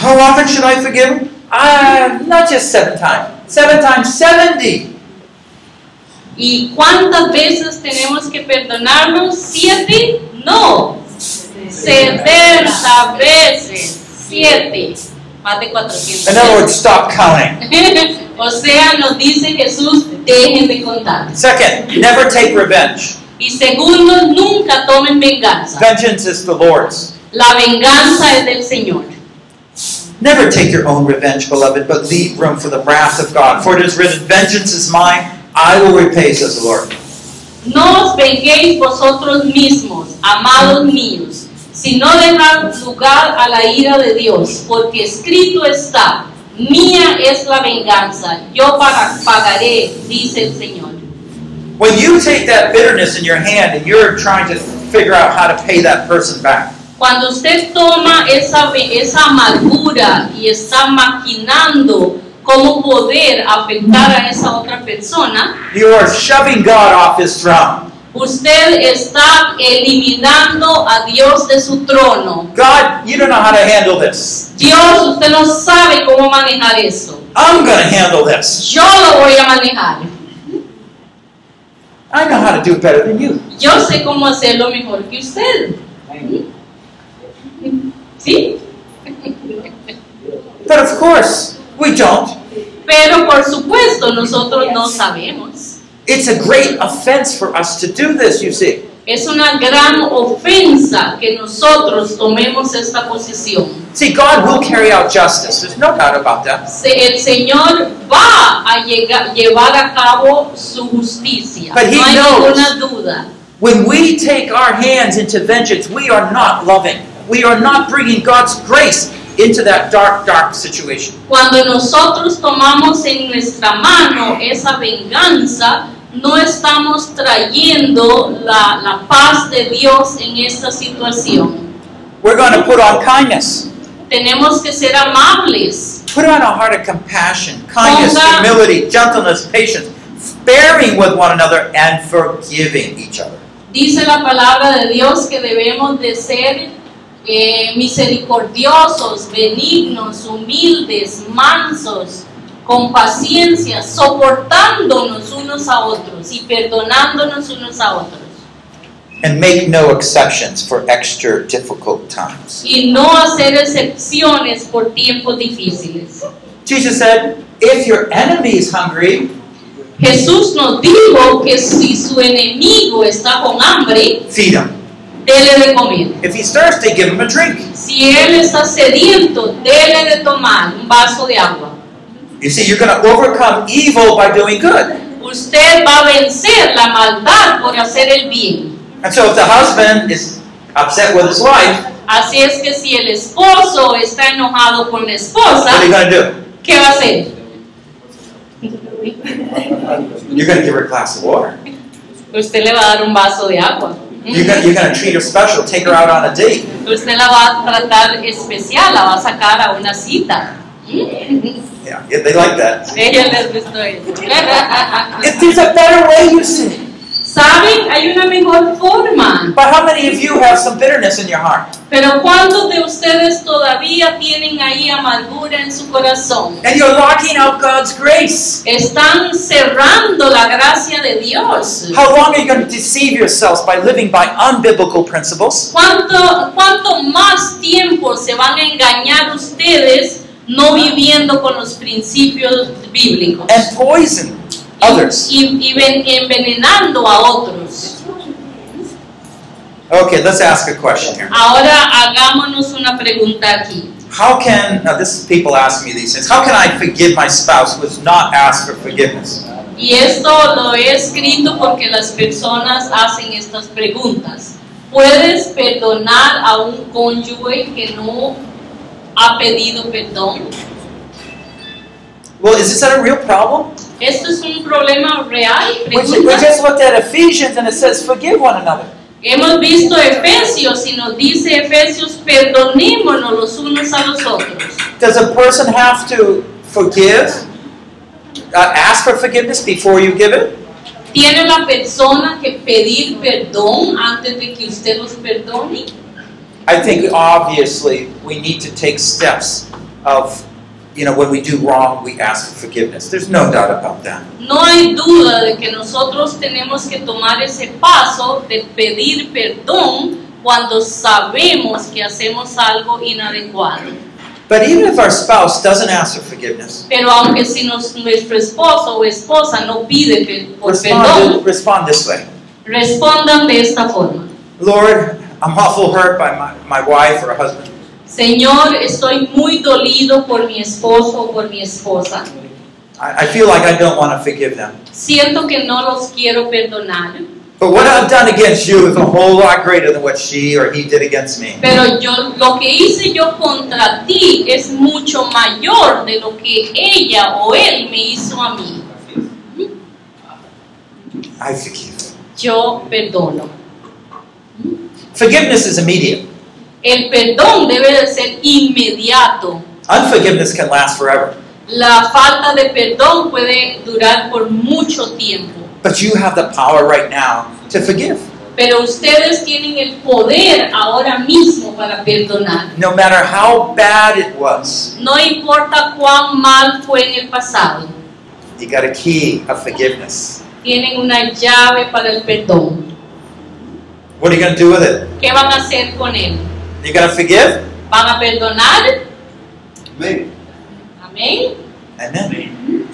Speaker 1: How often should I forgive? Ah, not just seven times. Seven times seventy.
Speaker 3: ¿Y cuántas veces tenemos que perdonarnos? ¿Siete? No. 70 veces. Siete. Más de
Speaker 1: In other
Speaker 3: 400.
Speaker 1: words, stop counting.
Speaker 3: <laughs> o sea, nos dice Jesús, dejen de contar.
Speaker 1: Second, never take revenge.
Speaker 3: Y segundo, nunca tomen venganza.
Speaker 1: Vengeance is the Lord's.
Speaker 3: La venganza es del Señor.
Speaker 1: Never take your own revenge, beloved, but leave room for the wrath of God. For it is written, Vengeance is mine, I will repay, says the Lord.
Speaker 3: No os venguéis vosotros mismos, amados míos, sino dejad lugar a la ira de Dios, porque escrito está, mía es la venganza, yo para- pagaré, dice el Señor.
Speaker 1: When you take that bitterness in your hand and you're trying to figure out how to pay that person back,
Speaker 3: Cuando usted toma esa, ve- esa amargura y está maquinando cómo poder afectar a esa otra persona,
Speaker 1: you are shoving God off his throne.
Speaker 3: usted está eliminando a Dios de su trono.
Speaker 1: God, you don't know how to handle this.
Speaker 3: Dios, usted no sabe cómo manejar eso.
Speaker 1: I'm going to handle this.
Speaker 3: Yo lo voy a manejar.
Speaker 1: I know how to do better than you.
Speaker 3: Yo sé cómo hacerlo mejor que usted. ¿Sí?
Speaker 1: But of course, we don't.
Speaker 3: Pero por supuesto, nosotros no sabemos.
Speaker 1: It's a great offense for us to do this, you see.
Speaker 3: Es una gran ofensa que nosotros tomemos esta posición.
Speaker 1: See, God will carry out justice. There's no doubt about that.
Speaker 3: Se- El Señor va a llega- llevar a cabo su justicia.
Speaker 1: But he
Speaker 3: No hay
Speaker 1: knows.
Speaker 3: ninguna duda.
Speaker 1: When we take our hands into vengeance, we are not loving. We are not bringing God's grace into that dark, dark situation.
Speaker 3: Cuando nosotros tomamos en nuestra mano esa venganza, no estamos trayendo la, la paz de Dios en esta situación.
Speaker 1: We're going to put on kindness.
Speaker 3: Tenemos que ser amables,
Speaker 1: Put on a heart of compassion, kindness,
Speaker 3: Ponga-
Speaker 1: humility, gentleness, patience, bearing with one another, and forgiving each other.
Speaker 3: Dice la palabra de Dios que debemos de ser eh, misericordiosos, benignos, humildes, mansos, con paciencia, soportándonos unos a otros y perdonándonos unos a otros.
Speaker 1: And make no exceptions for extra difficult times.
Speaker 3: Y no hacer excepciones por tiempos difíciles.
Speaker 1: Jesus said, If your enemy is hungry,
Speaker 3: Jesús nos dijo que si su enemigo está con hambre,
Speaker 1: feed him.
Speaker 3: dele de comer.
Speaker 1: If he's thirsty, give him a drink.
Speaker 3: Si él está sediento, dele de tomar un vaso de agua.
Speaker 1: You see, you're going to overcome evil by doing good.
Speaker 3: Usted va a vencer la maldad por hacer el bien.
Speaker 1: And so, if the husband is upset with his wife,
Speaker 3: Así es que si el esposo está enojado con la
Speaker 1: what are you
Speaker 3: esposa,
Speaker 1: going to
Speaker 3: ¿qué va a hacer?
Speaker 1: do? You're going to give her a glass of water.
Speaker 3: Usted le va a dar un vaso de agua.
Speaker 1: You're going, you're going to treat her special, take her out on a date.
Speaker 3: Usted la va a tratar especial, la va a sacar a una cita. Ella
Speaker 1: Yeah, yeah, they like that.
Speaker 3: les gustó eso.
Speaker 1: If there's a better way, you see.
Speaker 3: Saben, hay una mejor forma.
Speaker 1: But how many of you have some bitterness in your heart?
Speaker 3: Pero ¿cuántos de ustedes todavía tienen ahí amargura en su corazón?
Speaker 1: And you're locking out God's grace.
Speaker 3: Están cerrando la gracia de Dios.
Speaker 1: How long are you going to deceive yourselves by living by unbiblical principles?
Speaker 3: ¿Cuánto, cuánto más tiempo se van a engañar ustedes no viviendo con los principios bíblicos?
Speaker 1: and poison others.
Speaker 3: Y, y ven- envenenando a otros.
Speaker 1: Okay, let's ask a question here.
Speaker 3: Ahora hagámonos una pregunta aquí.
Speaker 1: How can now this is people ask me these things? How can I forgive my spouse who has not asked for forgiveness?
Speaker 3: Y esto lo he escrito porque las personas hacen estas preguntas. ¿Puedes perdonar a un cónyuge que no ha pedido perdón?
Speaker 1: Well, is this a real problem?
Speaker 3: ¿Esto es un problema real?
Speaker 1: We,
Speaker 3: Pregunta.
Speaker 1: ju- we just looked at Ephesians and it says forgive one another.
Speaker 3: Hemos visto Efesios y nos dice Efesios, perdonémonos los unos a los otros.
Speaker 1: Does a person have to forgive? Uh, ask for forgiveness before you give it?
Speaker 3: ¿Tiene la persona que pedir perdón antes de que usted los perdone?
Speaker 1: I think obviously we need to take steps of you know when we do wrong we ask for forgiveness. There's no doubt about that.
Speaker 3: No hay duda de que nosotros tenemos que tomar ese paso de pedir perdón cuando sabemos que hacemos algo inadecuado.
Speaker 1: But even if our spouse doesn't ask for forgiveness,
Speaker 3: Pero aunque si nos- nuestro esposo o esposa no pide per- por
Speaker 1: respond,
Speaker 3: perdón,
Speaker 1: respond this way
Speaker 3: respondan de esta forma.
Speaker 1: Lord, I'm awful hurt by my, my wife or husband.
Speaker 3: Señor, estoy muy dolido por mi esposo o por mi esposa.
Speaker 1: I, I feel like I don't want to forgive them.
Speaker 3: Siento que no los quiero perdonar,
Speaker 1: But what I've done against you is a whole lot greater than what she or he did against me.
Speaker 3: pero yo lo que hice yo contra ti es mucho mayor de lo que ella o él me hizo a mí.
Speaker 1: I forgive.
Speaker 3: Yo perdono.
Speaker 1: Forgiveness is immediate.
Speaker 3: El perdón debe de ser inmediato.
Speaker 1: Unforgiveness can last forever.
Speaker 3: La falta de perdón puede durar por mucho tiempo,
Speaker 1: But you have the power right now to forgive.
Speaker 3: pero ustedes tienen el poder ahora mismo para perdonar.
Speaker 1: No matter how bad it was,
Speaker 3: No importa cuán mal fue en el pasado,
Speaker 1: you got a key of forgiveness.
Speaker 3: tienen una llave para el perdón.
Speaker 1: What are you going to do with it?
Speaker 3: ¿Qué van a hacer con él?
Speaker 1: You going to forgive?
Speaker 3: ¿Van a perdonar?
Speaker 4: Amén.
Speaker 3: Amén.
Speaker 1: Amen.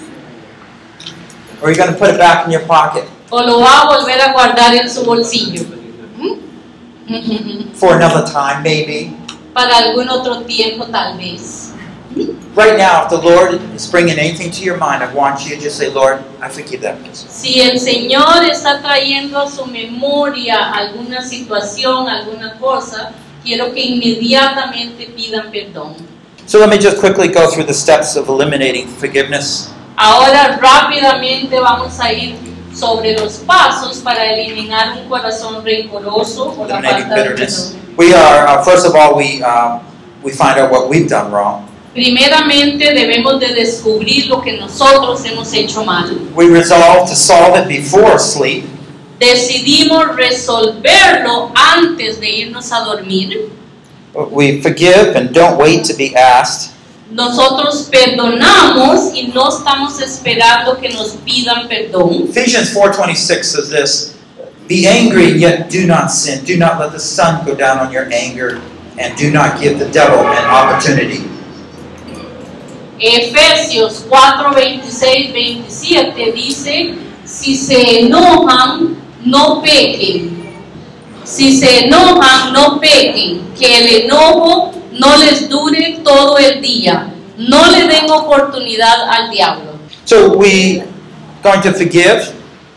Speaker 1: Or you going to put it back in your pocket
Speaker 3: ¿O lo va a volver a guardar en su bolsillo? ¿Mm?
Speaker 1: for another time, maybe?
Speaker 3: Para algún otro tiempo tal vez.
Speaker 1: Right now, if the Lord is bringing anything to your mind, I want you to just say, Lord, I forgive that person.
Speaker 3: Si el Señor está trayendo a su memoria alguna situación, alguna cosa, quiero que inmediatamente pidan perdón.
Speaker 1: So let me just quickly go through the steps of eliminating forgiveness.
Speaker 3: Ahora rápidamente vamos a ir sobre los pasos para eliminar un corazón rencoroso o la
Speaker 1: Eliminating
Speaker 3: falta de
Speaker 1: bitterness.
Speaker 3: perdón.
Speaker 1: We are, uh, first of all, we, um, we find out what we've done wrong.
Speaker 3: Primeramente debemos de descubrir lo que nosotros hemos hecho mal.
Speaker 1: We resolve to solve it before sleep.
Speaker 3: Decidimos resolverlo antes de irnos a dormir.
Speaker 1: We forgive and don't wait to be asked.
Speaker 3: Nosotros perdonamos y no estamos esperando que nos pidan perdón.
Speaker 1: Ephesians 4.26 says this, Be angry, yet do not sin. Do not let the sun go down on your anger, and do not give the devil an opportunity.
Speaker 3: Efesios 4, 26, 27 dice, si se enojan, no pequen. Si se enojan, no pequen. Que el enojo no les dure todo el día. No le den oportunidad al diablo.
Speaker 1: So we going to forgive.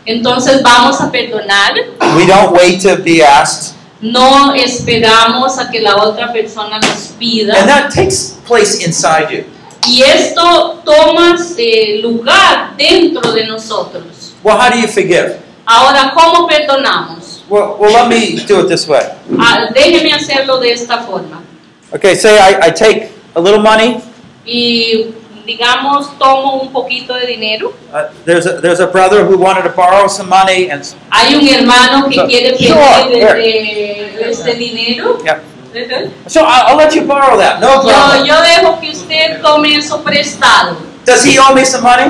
Speaker 3: Entonces vamos a perdonar.
Speaker 1: We don't wait to be asked,
Speaker 3: No esperamos a que la otra persona nos pida.
Speaker 1: and that takes place inside you.
Speaker 3: Y esto toma eh, lugar dentro de nosotros.
Speaker 1: Well, how do you forgive?
Speaker 3: Ahora, ¿cómo perdonamos?
Speaker 1: Well, well, let me do it this way.
Speaker 3: Ah, déjeme hacerlo de esta forma.
Speaker 1: Okay, say I, I take a little money
Speaker 3: Y digamos, tomo un poquito de dinero.
Speaker 1: Uh, there's, a, there's a brother who wanted to borrow some money, and
Speaker 3: Hay un hermano que
Speaker 1: So-
Speaker 3: quiere pedir
Speaker 1: Sure,
Speaker 3: este, este dinero.
Speaker 1: yeah.
Speaker 3: Ujú.
Speaker 1: So I'll, I'll let you borrow that, no
Speaker 3: Yo,
Speaker 1: problem.
Speaker 3: yo dejo que usted tome eso prestado.
Speaker 1: Does he owe me some money?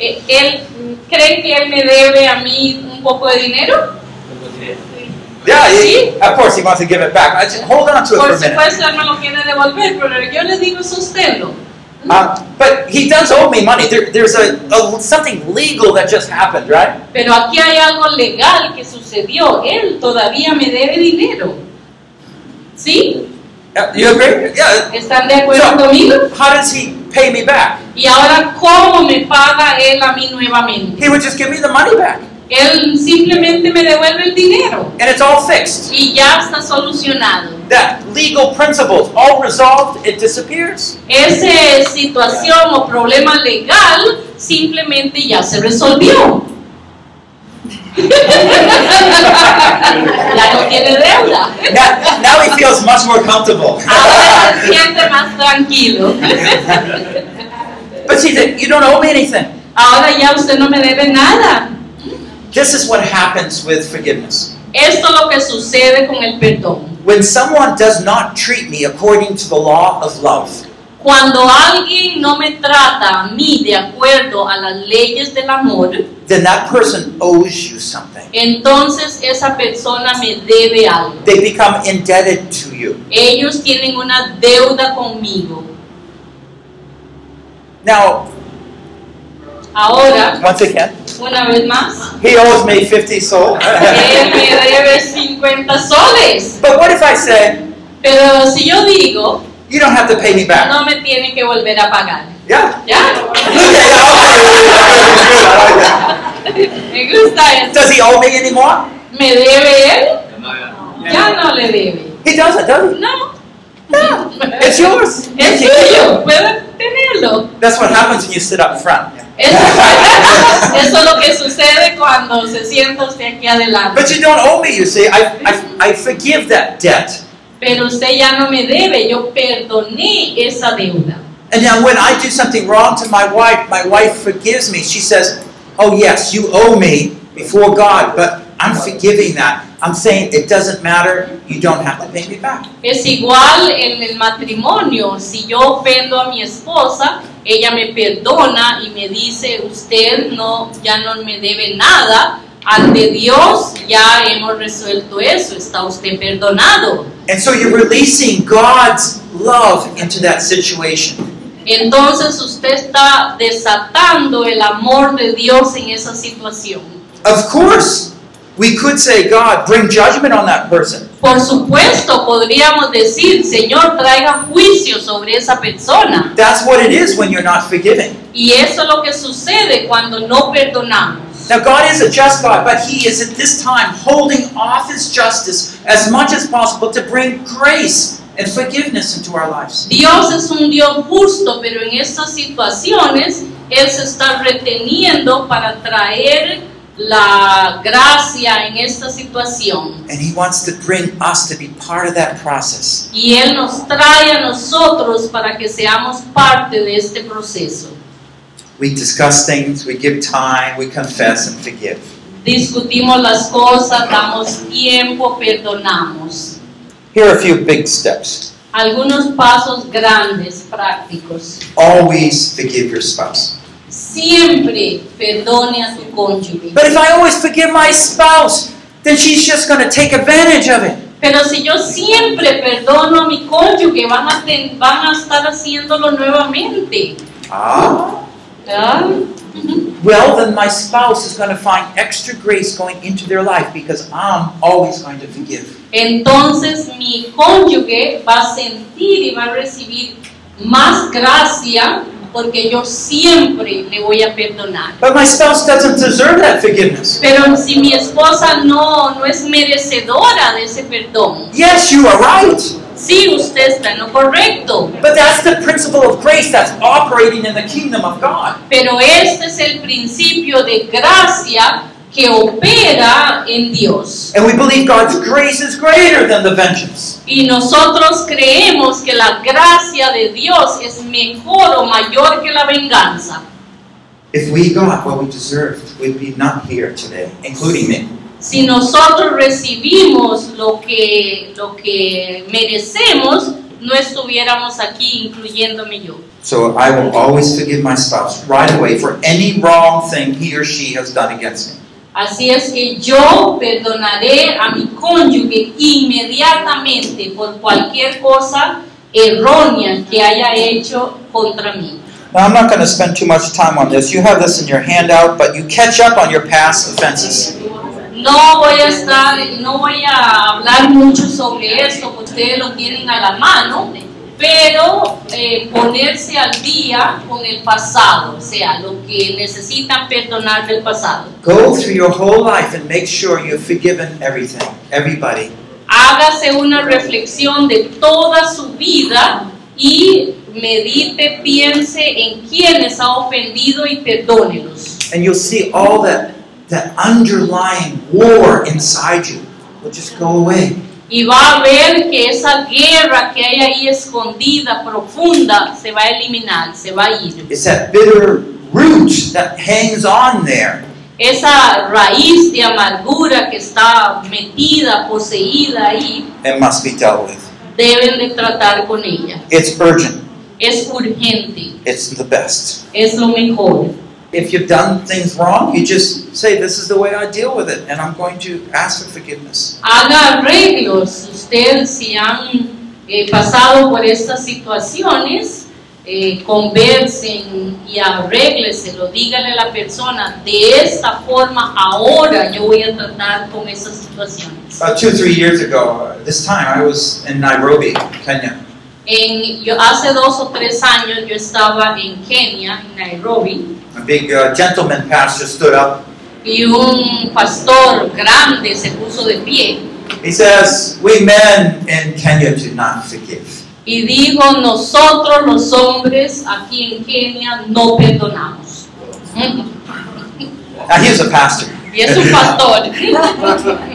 Speaker 3: Eh, ¿Él mm, cree que él me debe a mí un poco de dinero?
Speaker 1: Yeah, he,
Speaker 3: See?
Speaker 1: of course he wants to give it back. I just hold on to it for
Speaker 3: Por
Speaker 1: a minute.
Speaker 3: supuesto, él me lo quiere devolver, pero yo le digo sosténlo.
Speaker 1: Uh, but he does owe me money. There, there's a, a something legal that just happened, right?
Speaker 3: Pero aquí hay algo legal que sucedió. Él todavía me debe dinero. ¿Sí?
Speaker 1: Yeah, Uh, You agree? Yeah.
Speaker 3: ¿Están de acuerdo conmigo?
Speaker 1: How does he pay me back?
Speaker 3: Y ahora, ¿cómo me paga él a mí nuevamente?
Speaker 1: He would just give me the money back,
Speaker 3: Él simplemente me devuelve el dinero
Speaker 1: and it's all fixed.
Speaker 3: y ya está solucionado.
Speaker 1: That legal principles all resolved. It disappears.
Speaker 3: Esa situación o problema legal simplemente ya se resolvió. <laughs> ya no tiene deuda.
Speaker 1: Now, now he feels much more comfortable.
Speaker 3: Ahora se siente más tranquilo.
Speaker 1: But see, that you don't owe me anything.
Speaker 3: Ahora ya usted no me debe nada.
Speaker 1: This is what happens with forgiveness.
Speaker 3: Esto es lo que sucede con el perdón.
Speaker 1: When someone does not treat me according to the law of love,
Speaker 3: Cuando alguien no me trata a mí de acuerdo a las leyes del amor,
Speaker 1: then that person owes you something.
Speaker 3: entonces esa persona me debe algo.
Speaker 1: They become indebted to you.
Speaker 3: Ellos tienen una deuda conmigo.
Speaker 1: Now,
Speaker 3: Ahora,
Speaker 1: once again,
Speaker 3: una vez más,
Speaker 1: he owes me 50 soul.
Speaker 3: él me debe 50 soles.
Speaker 1: but what if I say,
Speaker 3: Pero si yo digo,
Speaker 1: you don't have to pay me back?
Speaker 3: no me tiene que volver a pagar.
Speaker 1: Yeah.
Speaker 3: ¿Ya?
Speaker 1: Yeah, yeah, okay.
Speaker 3: Me gusta eso.
Speaker 1: Does he owe me anymore?
Speaker 3: ¿Me debe él? Ya no le debe.
Speaker 1: He doesn't, does he?
Speaker 3: No.
Speaker 1: No. It's yours.
Speaker 3: Es suyo, puede tenerlo.
Speaker 1: That's what happens when you sit up front.
Speaker 3: Eso, eso es lo que sucede cuando se sienta usted aquí adelante.
Speaker 1: But you don't owe me, you see. I, I, I forgive that debt.
Speaker 3: Pero usted ya no me debe, yo perdoné esa deuda.
Speaker 1: And now when I do something wrong to my wife, my wife forgives me. She says, Oh, yes, you owe me before God, but I'm forgiving that. I'm saying it doesn't matter. You don't have to pay me back.
Speaker 3: Es igual en el matrimonio, si yo ofendo a mi esposa, ella me perdona y me dice, usted no, ya no me debe nada, ante Dios ya hemos resuelto eso, está usted perdonado.
Speaker 1: And so you're releasing God's love into that situation.
Speaker 3: Entonces usted está desatando el amor de Dios en esa situación.
Speaker 1: Of course, we could say, God, bring judgment on that person.
Speaker 3: Por supuesto, podríamos decir, Señor, traiga juicio sobre esa persona.
Speaker 1: That's what it is when you're not forgiving.
Speaker 3: Y eso es lo que sucede cuando no perdonamos.
Speaker 1: Now, God is a just God, but He is at this time holding off His justice as much as possible to bring grace and forgiveness into our lives.
Speaker 3: Dios es un Dios justo, pero en estas situaciones Él se está reteniendo para traer la gracia en esta situación.
Speaker 1: And He wants to bring us to be part of that process.
Speaker 3: Y Él nos trae a nosotros para que seamos parte de este proceso.
Speaker 1: We discuss things, we give time, we confess and forgive.
Speaker 3: Discutimos las cosas, damos tiempo, perdonamos.
Speaker 1: Here are a few big steps.
Speaker 3: Algunos pasos grandes, prácticos.
Speaker 1: Always forgive your spouse.
Speaker 3: Siempre perdone a su cónyuge.
Speaker 1: But if I always forgive my spouse, then she's just going to take advantage of it.
Speaker 3: Pero si yo siempre perdono a mi cónyuge, van a, ten- van a estar haciéndolo nuevamente.
Speaker 1: Ah.
Speaker 3: ¿verdad?
Speaker 1: Well, then my spouse is going to find extra grace going into their life because I'm always going to forgive.
Speaker 3: Entonces mi cónyuge va a sentir y va a recibir más gracia porque yo siempre le voy a perdonar.
Speaker 1: But my spouse doesn't deserve that forgiveness.
Speaker 3: Pero si mi esposa no, no es merecedora de ese perdón,
Speaker 1: Yes, you are right.
Speaker 3: sí, usted está en lo correcto.
Speaker 1: But that's the principle of grace that's operating in the kingdom of God.
Speaker 3: Pero este es el principio de gracia que opera en Dios.
Speaker 1: And we believe God's grace is greater than the vengeance.
Speaker 3: Y nosotros creemos que la gracia de Dios es mejor o mayor que la venganza.
Speaker 1: If we got what we deserved, we'd be not here today, including me.
Speaker 3: Si nosotros recibimos lo que, lo que merecemos, no estuviéramos aquí, incluyéndome yo.
Speaker 1: So I will always forgive my spouse right away for any wrong thing he or she has done against me.
Speaker 3: Así es que yo perdonaré a mi cónyuge inmediatamente por cualquier cosa errónea que haya hecho contra mí.
Speaker 1: Now, I'm not going to spend too much time on this. You have this in your handout, but you catch up on your past offenses.
Speaker 3: No voy a estar, no voy a hablar mucho sobre esto, porque ustedes lo tienen a la mano, pero eh, ponerse al día con el pasado, o sea, lo que necesitan perdonar del pasado.
Speaker 1: Go through your whole life and make sure you've forgiven everything, everybody.
Speaker 3: Hágase una reflexión de toda su vida y medite, piense en quienes ha ofendido y perdónelos.
Speaker 1: And you'll see all that, that underlying war inside you will just go away.
Speaker 3: Y va a ver que esa guerra que hay ahí escondida, profunda, se va a eliminar, se va a ir.
Speaker 1: It's that bitter root that hangs on there.
Speaker 3: Esa raíz de amargura que está metida, poseída ahí,
Speaker 1: and must be dealt with.
Speaker 3: deben de tratar con ella.
Speaker 1: It's urgent.
Speaker 3: Es urgente,
Speaker 1: It's the best.
Speaker 3: es lo mejor.
Speaker 1: If you've done things wrong, you just say, This is the way I deal with it, and I'm going to ask for forgiveness.
Speaker 3: haga arreglos. Usted, si han eh, pasado por estas situaciones, eh, conversen y arrégleselo. Dígale a la persona, de esta forma ahora yo voy a tratar con esas situaciones.
Speaker 1: About two or three years ago, uh, this time I was in Nairobi, Kenya,
Speaker 3: En, yo, hace dos o tres años yo estaba en Kenia, en Nairobi,
Speaker 1: a big uh, gentleman pastor stood up.
Speaker 3: y un pastor grande se puso de pie
Speaker 1: He says, We men in Kenya do not forgive.
Speaker 3: y dijo, nosotros los hombres aquí en Kenia no perdonamos. Mm.
Speaker 1: Now, he was a pastor.
Speaker 3: Y es un pastor. <laughs>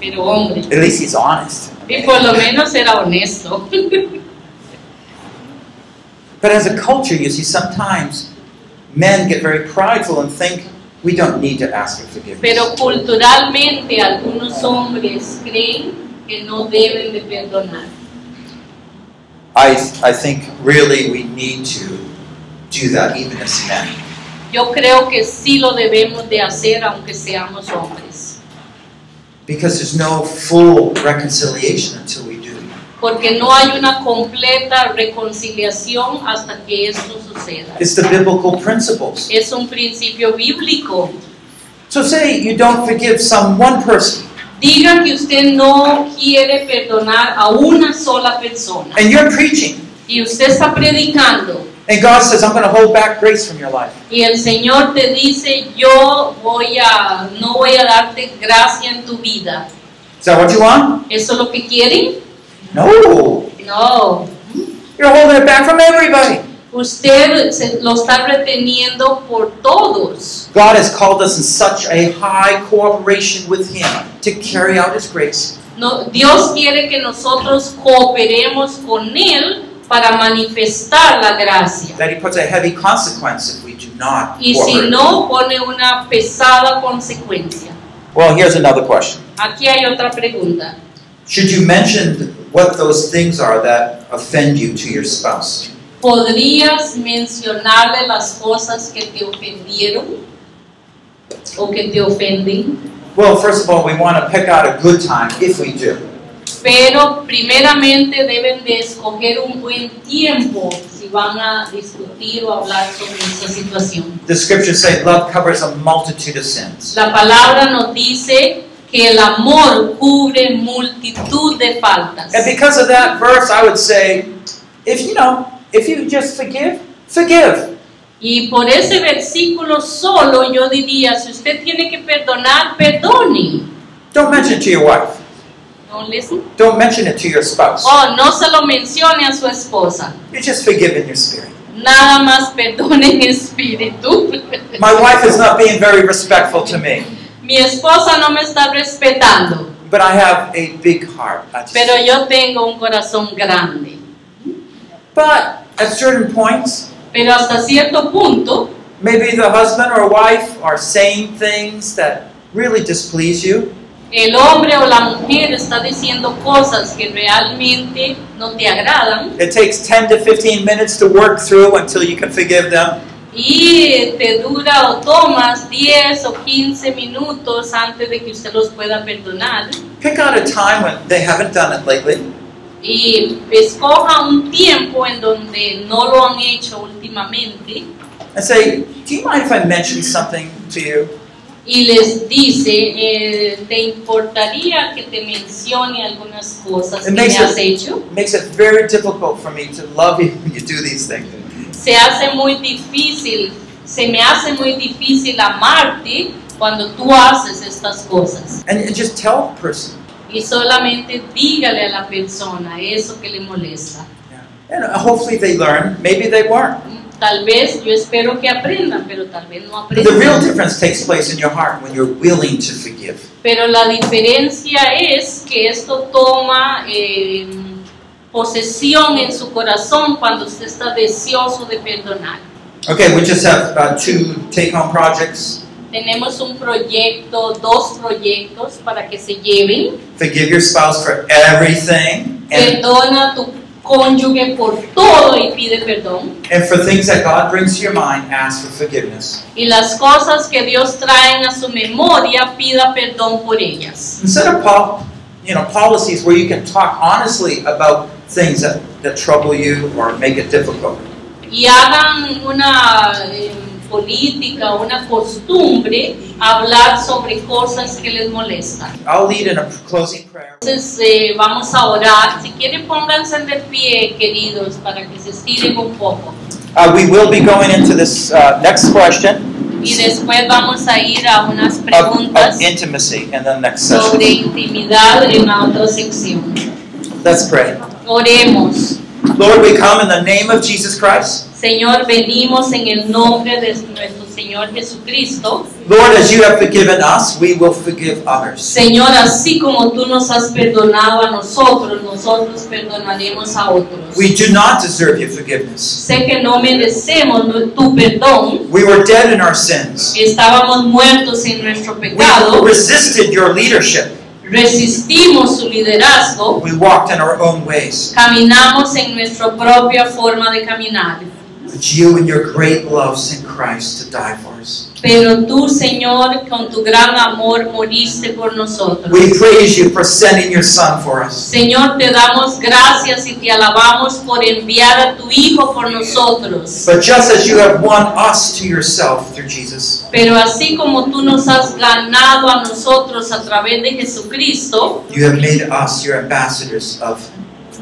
Speaker 3: Pero hombre.
Speaker 1: <laughs> At least he's honest.
Speaker 3: Y por lo menos era honesto.
Speaker 1: But as a culture, you see, sometimes men get very prideful and think we don't need to ask for forgiveness.
Speaker 3: Pero culturalmente algunos hombres creen que no deben de perdonar.
Speaker 1: I, I think really we need to do that even as men.
Speaker 3: Yo creo que sí lo debemos de hacer aunque seamos hombres.
Speaker 1: Because there's no full reconciliation until we do.
Speaker 3: Porque no hay una completa reconciliación hasta que esto suceda.
Speaker 1: It's the biblical principles.
Speaker 3: Es un principio bíblico.
Speaker 1: So say you don't forgive some one person,
Speaker 3: Diga que usted no quiere perdonar a una sola persona.
Speaker 1: and you're preaching,
Speaker 3: y usted está predicando
Speaker 1: and God says, I'm going to hold back grace from your life.
Speaker 3: y el Señor te dice yo voy a no voy a darte gracia en tu vida
Speaker 1: Is that what you want?
Speaker 3: eso es lo que quieren
Speaker 1: No.
Speaker 3: no
Speaker 1: You're holding it back from everybody.
Speaker 3: usted se- lo está reteniendo por todos
Speaker 1: God has called us in such a high cooperation with Him to carry out His grace.
Speaker 3: No, Dios quiere que nosotros cooperemos con él para manifestar la gracia
Speaker 1: That He puts a heavy consequence if we do not
Speaker 3: y si
Speaker 1: cooperate.
Speaker 3: no pone una pesada consecuencia
Speaker 1: Well, here's another question.
Speaker 3: aquí hay otra pregunta
Speaker 1: Should you mention what those things are that offend you to your spouse?
Speaker 3: ¿Podrías mencionarle las cosas que te ofendieron o que te ofenden?
Speaker 1: Well, first of all, we want to pick out a good time if we do.
Speaker 3: Pero primeramente deben de escoger un buen tiempo si van a discutir o hablar sobre esa situación.
Speaker 1: The scriptures say love covers a multitude of sins.
Speaker 3: La palabra nos dice que el amor cubre multitud de faltas.
Speaker 1: And because of that verse, I would say if you know, if you just forgive, forgive.
Speaker 3: Y por ese versículo solo yo diría, si usted tiene que perdonar, perdone.
Speaker 1: Don't mention it to your wife.
Speaker 3: No listen.
Speaker 1: Don't mention it to your spouse.
Speaker 3: Oh, no se lo mencione a su esposa.
Speaker 1: You just forgive in your spirit.
Speaker 3: nada más perdón en espíritu.
Speaker 1: My wife is not being very respectful to me,
Speaker 3: Mi esposa no me está respetando,
Speaker 1: but I have a big heart. I just-
Speaker 3: pero yo tengo un corazón grande.
Speaker 1: but at certain points,
Speaker 3: Pero hasta cierto punto,
Speaker 1: maybe the husband or wife are saying things that really displease you,
Speaker 3: el hombre o la mujer está diciendo cosas que realmente no te agradan
Speaker 1: It takes 10 to 15 minutes to work through until you can forgive them.
Speaker 3: y te dura o tomas 10 o 15 minutos antes de que usted los pueda perdonar.
Speaker 1: Pick out a time when they haven't done it lately.
Speaker 3: Y escoja un tiempo en donde no lo han hecho últimamente
Speaker 1: and say, Do you mind if I mention something to you?
Speaker 3: y les dice, eh, ¿te importaría que te mencione algunas cosas que
Speaker 1: It
Speaker 3: me
Speaker 1: makes
Speaker 3: has
Speaker 1: it-
Speaker 3: hecho?
Speaker 1: It makes it very difficult for me to love you when you do these things.
Speaker 3: Se hace muy difícil, se me hace muy difícil amarte cuando tú haces estas cosas.
Speaker 1: And and just tell the person.
Speaker 3: Y solamente dígale a la persona eso que le molesta.
Speaker 1: And hopefully they learn. Maybe they weren't.
Speaker 3: Tal vez, yo espero que aprendan, pero tal vez no
Speaker 1: But the real
Speaker 3: aprendan.
Speaker 1: difference takes place in your heart when you're willing to forgive.
Speaker 3: Pero la diferencia es que esto toma eh, posesión en su corazón cuando usted está deseoso de perdonar.
Speaker 1: Okay, we just have uh, two take home projects.
Speaker 3: Tenemos un proyecto, dos proyectos para que se lleven.
Speaker 1: Forgive your spouse for everything and,
Speaker 3: Perdona a tu cónyuge por todo y pide perdón.
Speaker 1: and for things that God brings to your mind, ask for forgiveness.
Speaker 3: Y las cosas que Dios trae a su memoria, pida perdón por ellas.
Speaker 1: Instead of pol- you know, policies where you can talk honestly about things that, that trouble you or make it difficult.
Speaker 3: Y hagan una eh, política, una costumbre, hablar sobre cosas que les molestan.
Speaker 1: I'll lead in a closing prayer.
Speaker 3: Entonces eh, vamos a orar. Si quieren pónganse de pie, queridos, para que se estiren un poco.
Speaker 1: Uh, we will be going into this uh, next question
Speaker 3: Y después vamos a ir a unas
Speaker 1: of,
Speaker 3: preguntas
Speaker 1: of intimacy in the next
Speaker 3: sobre
Speaker 1: session.
Speaker 3: intimidad en la otra sección.
Speaker 1: Let's pray.
Speaker 3: Oremos.
Speaker 1: Lord, we come in the name of Jesus Christ.
Speaker 3: Señor, venimos en el nombre de nuestro Señor Jesucristo.
Speaker 1: Lord, as you have forgiven us, we will forgive others.
Speaker 3: Señor, así como tú nos has perdonado a nosotros, nosotros perdonaremos a otros.
Speaker 1: We do not deserve your forgiveness.
Speaker 3: Sé que no merecemos no- tu perdón.
Speaker 1: We were dead in our sins.
Speaker 3: Estábamos muertos en nuestro
Speaker 1: We
Speaker 3: pecado.
Speaker 1: resisted your leadership.
Speaker 3: resistimos su liderazgo,
Speaker 1: We walked in our own ways.
Speaker 3: caminamos en nuestra propia forma de caminar.
Speaker 1: But you and your great love sent Christ to die for us.
Speaker 3: Pero tú, Señor, con tu gran amor moriste por nosotros.
Speaker 1: We praise you for sending your Son for us.
Speaker 3: Señor, te damos gracias y te alabamos por enviar a tu Hijo por nosotros.
Speaker 1: But just as you have won us to yourself through Jesus,
Speaker 3: Pero así como tú nos has ganado a nosotros a través de Jesucristo,
Speaker 1: you have made us your ambassadors of,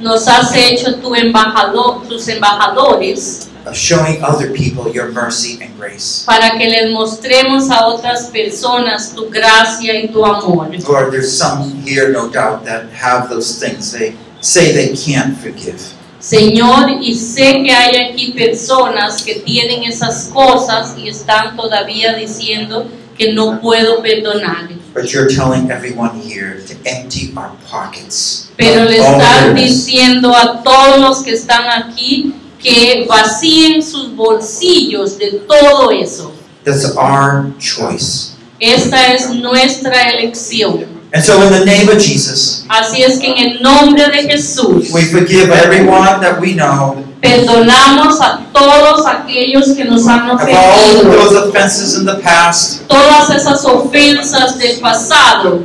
Speaker 3: nos has hecho tu embajador, tus embajadores
Speaker 1: of showing other people your mercy and grace.
Speaker 3: para que les mostremos a otras personas tu gracia y tu amor.
Speaker 1: Lord, there's some here, no doubt, that have those things they say they can't forgive.
Speaker 3: Señor, y sé que hay aquí personas que tienen esas cosas y están todavía diciendo que no puedo perdonar.
Speaker 1: But you're telling everyone here to empty our pockets.
Speaker 3: Pero
Speaker 1: of
Speaker 3: le
Speaker 1: all
Speaker 3: están
Speaker 1: bitterness.
Speaker 3: diciendo a todos los que están aquí que vacíen sus bolsillos de todo eso.
Speaker 1: That's our choice.
Speaker 3: Esta es nuestra elección.
Speaker 1: And so, in the name of Jesus,
Speaker 3: Así es que en el nombre de Jesús
Speaker 1: We forgive everyone that we know
Speaker 3: perdonamos a todos aquellos que nos han
Speaker 1: of all of
Speaker 3: ofendido,
Speaker 1: those offenses in the past.
Speaker 3: todas esas ofensas del pasado.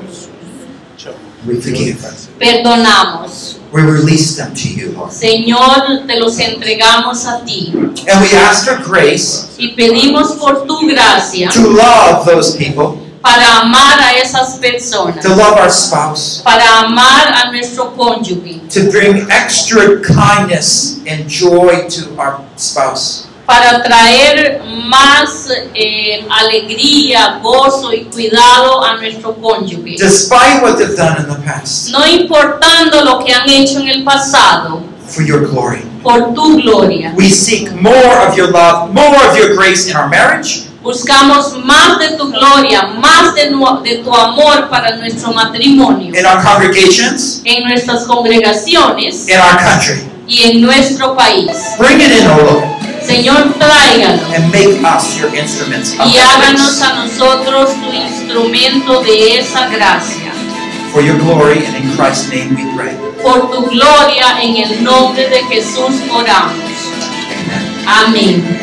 Speaker 1: We forgive.
Speaker 3: perdonamos.
Speaker 1: We release them to you, Lord.
Speaker 3: Señor, te los entregamos a ti
Speaker 1: And we ask for grace
Speaker 3: y pedimos por tu gracia
Speaker 1: to love those people,
Speaker 3: para amar a esas personas,
Speaker 1: to love our spouse,
Speaker 3: para amar a nuestro cónyuge,
Speaker 1: to bring extra kindness and joy to our spouse.
Speaker 3: para traer más eh, alegría, gozo y cuidado a nuestro cónyuge.
Speaker 1: Despite what they've done in the past,
Speaker 3: No importando lo que han hecho en el pasado,
Speaker 1: for your glory.
Speaker 3: por tu gloria.
Speaker 1: We seek more of your love, more of your grace in our marriage,
Speaker 3: Buscamos más de tu gloria, más de, nu- de tu amor para nuestro matrimonio,
Speaker 1: in our congregations,
Speaker 3: en nuestras congregaciones
Speaker 1: in our country.
Speaker 3: y en nuestro país.
Speaker 1: Bring it in, O Lord,
Speaker 3: Señor, tráiganos
Speaker 1: and make us your instruments of
Speaker 3: y
Speaker 1: that
Speaker 3: háganos a
Speaker 1: grace
Speaker 3: nosotros tu instrumento de esa gracia.
Speaker 1: for your glory, and in Christ's name we pray.
Speaker 3: Por tu gloria, en el nombre de Jesús oramos.
Speaker 1: Amen.
Speaker 3: Amén.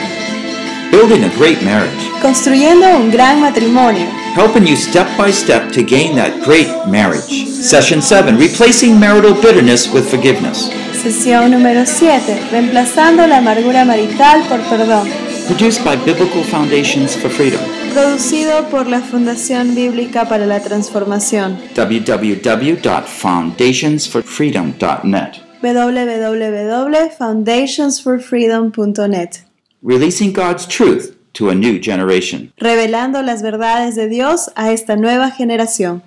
Speaker 4: Building a great marriage,
Speaker 2: Construyendo un gran matrimonio.
Speaker 4: helping you step by step to gain that great marriage. Session 7 Replacing marital bitterness with forgiveness.
Speaker 2: Sesión número 7. Reemplazando la amargura marital por perdón.
Speaker 4: Produced by Biblical Foundations for Freedom.
Speaker 2: Producido por la Fundación Bíblica para la Transformación.
Speaker 4: www.foundationsforfreedom.net.
Speaker 2: www.foundationsforfreedom.net.
Speaker 4: Releasing God's truth to a new generation.
Speaker 2: Revelando las verdades de Dios a esta nueva generación.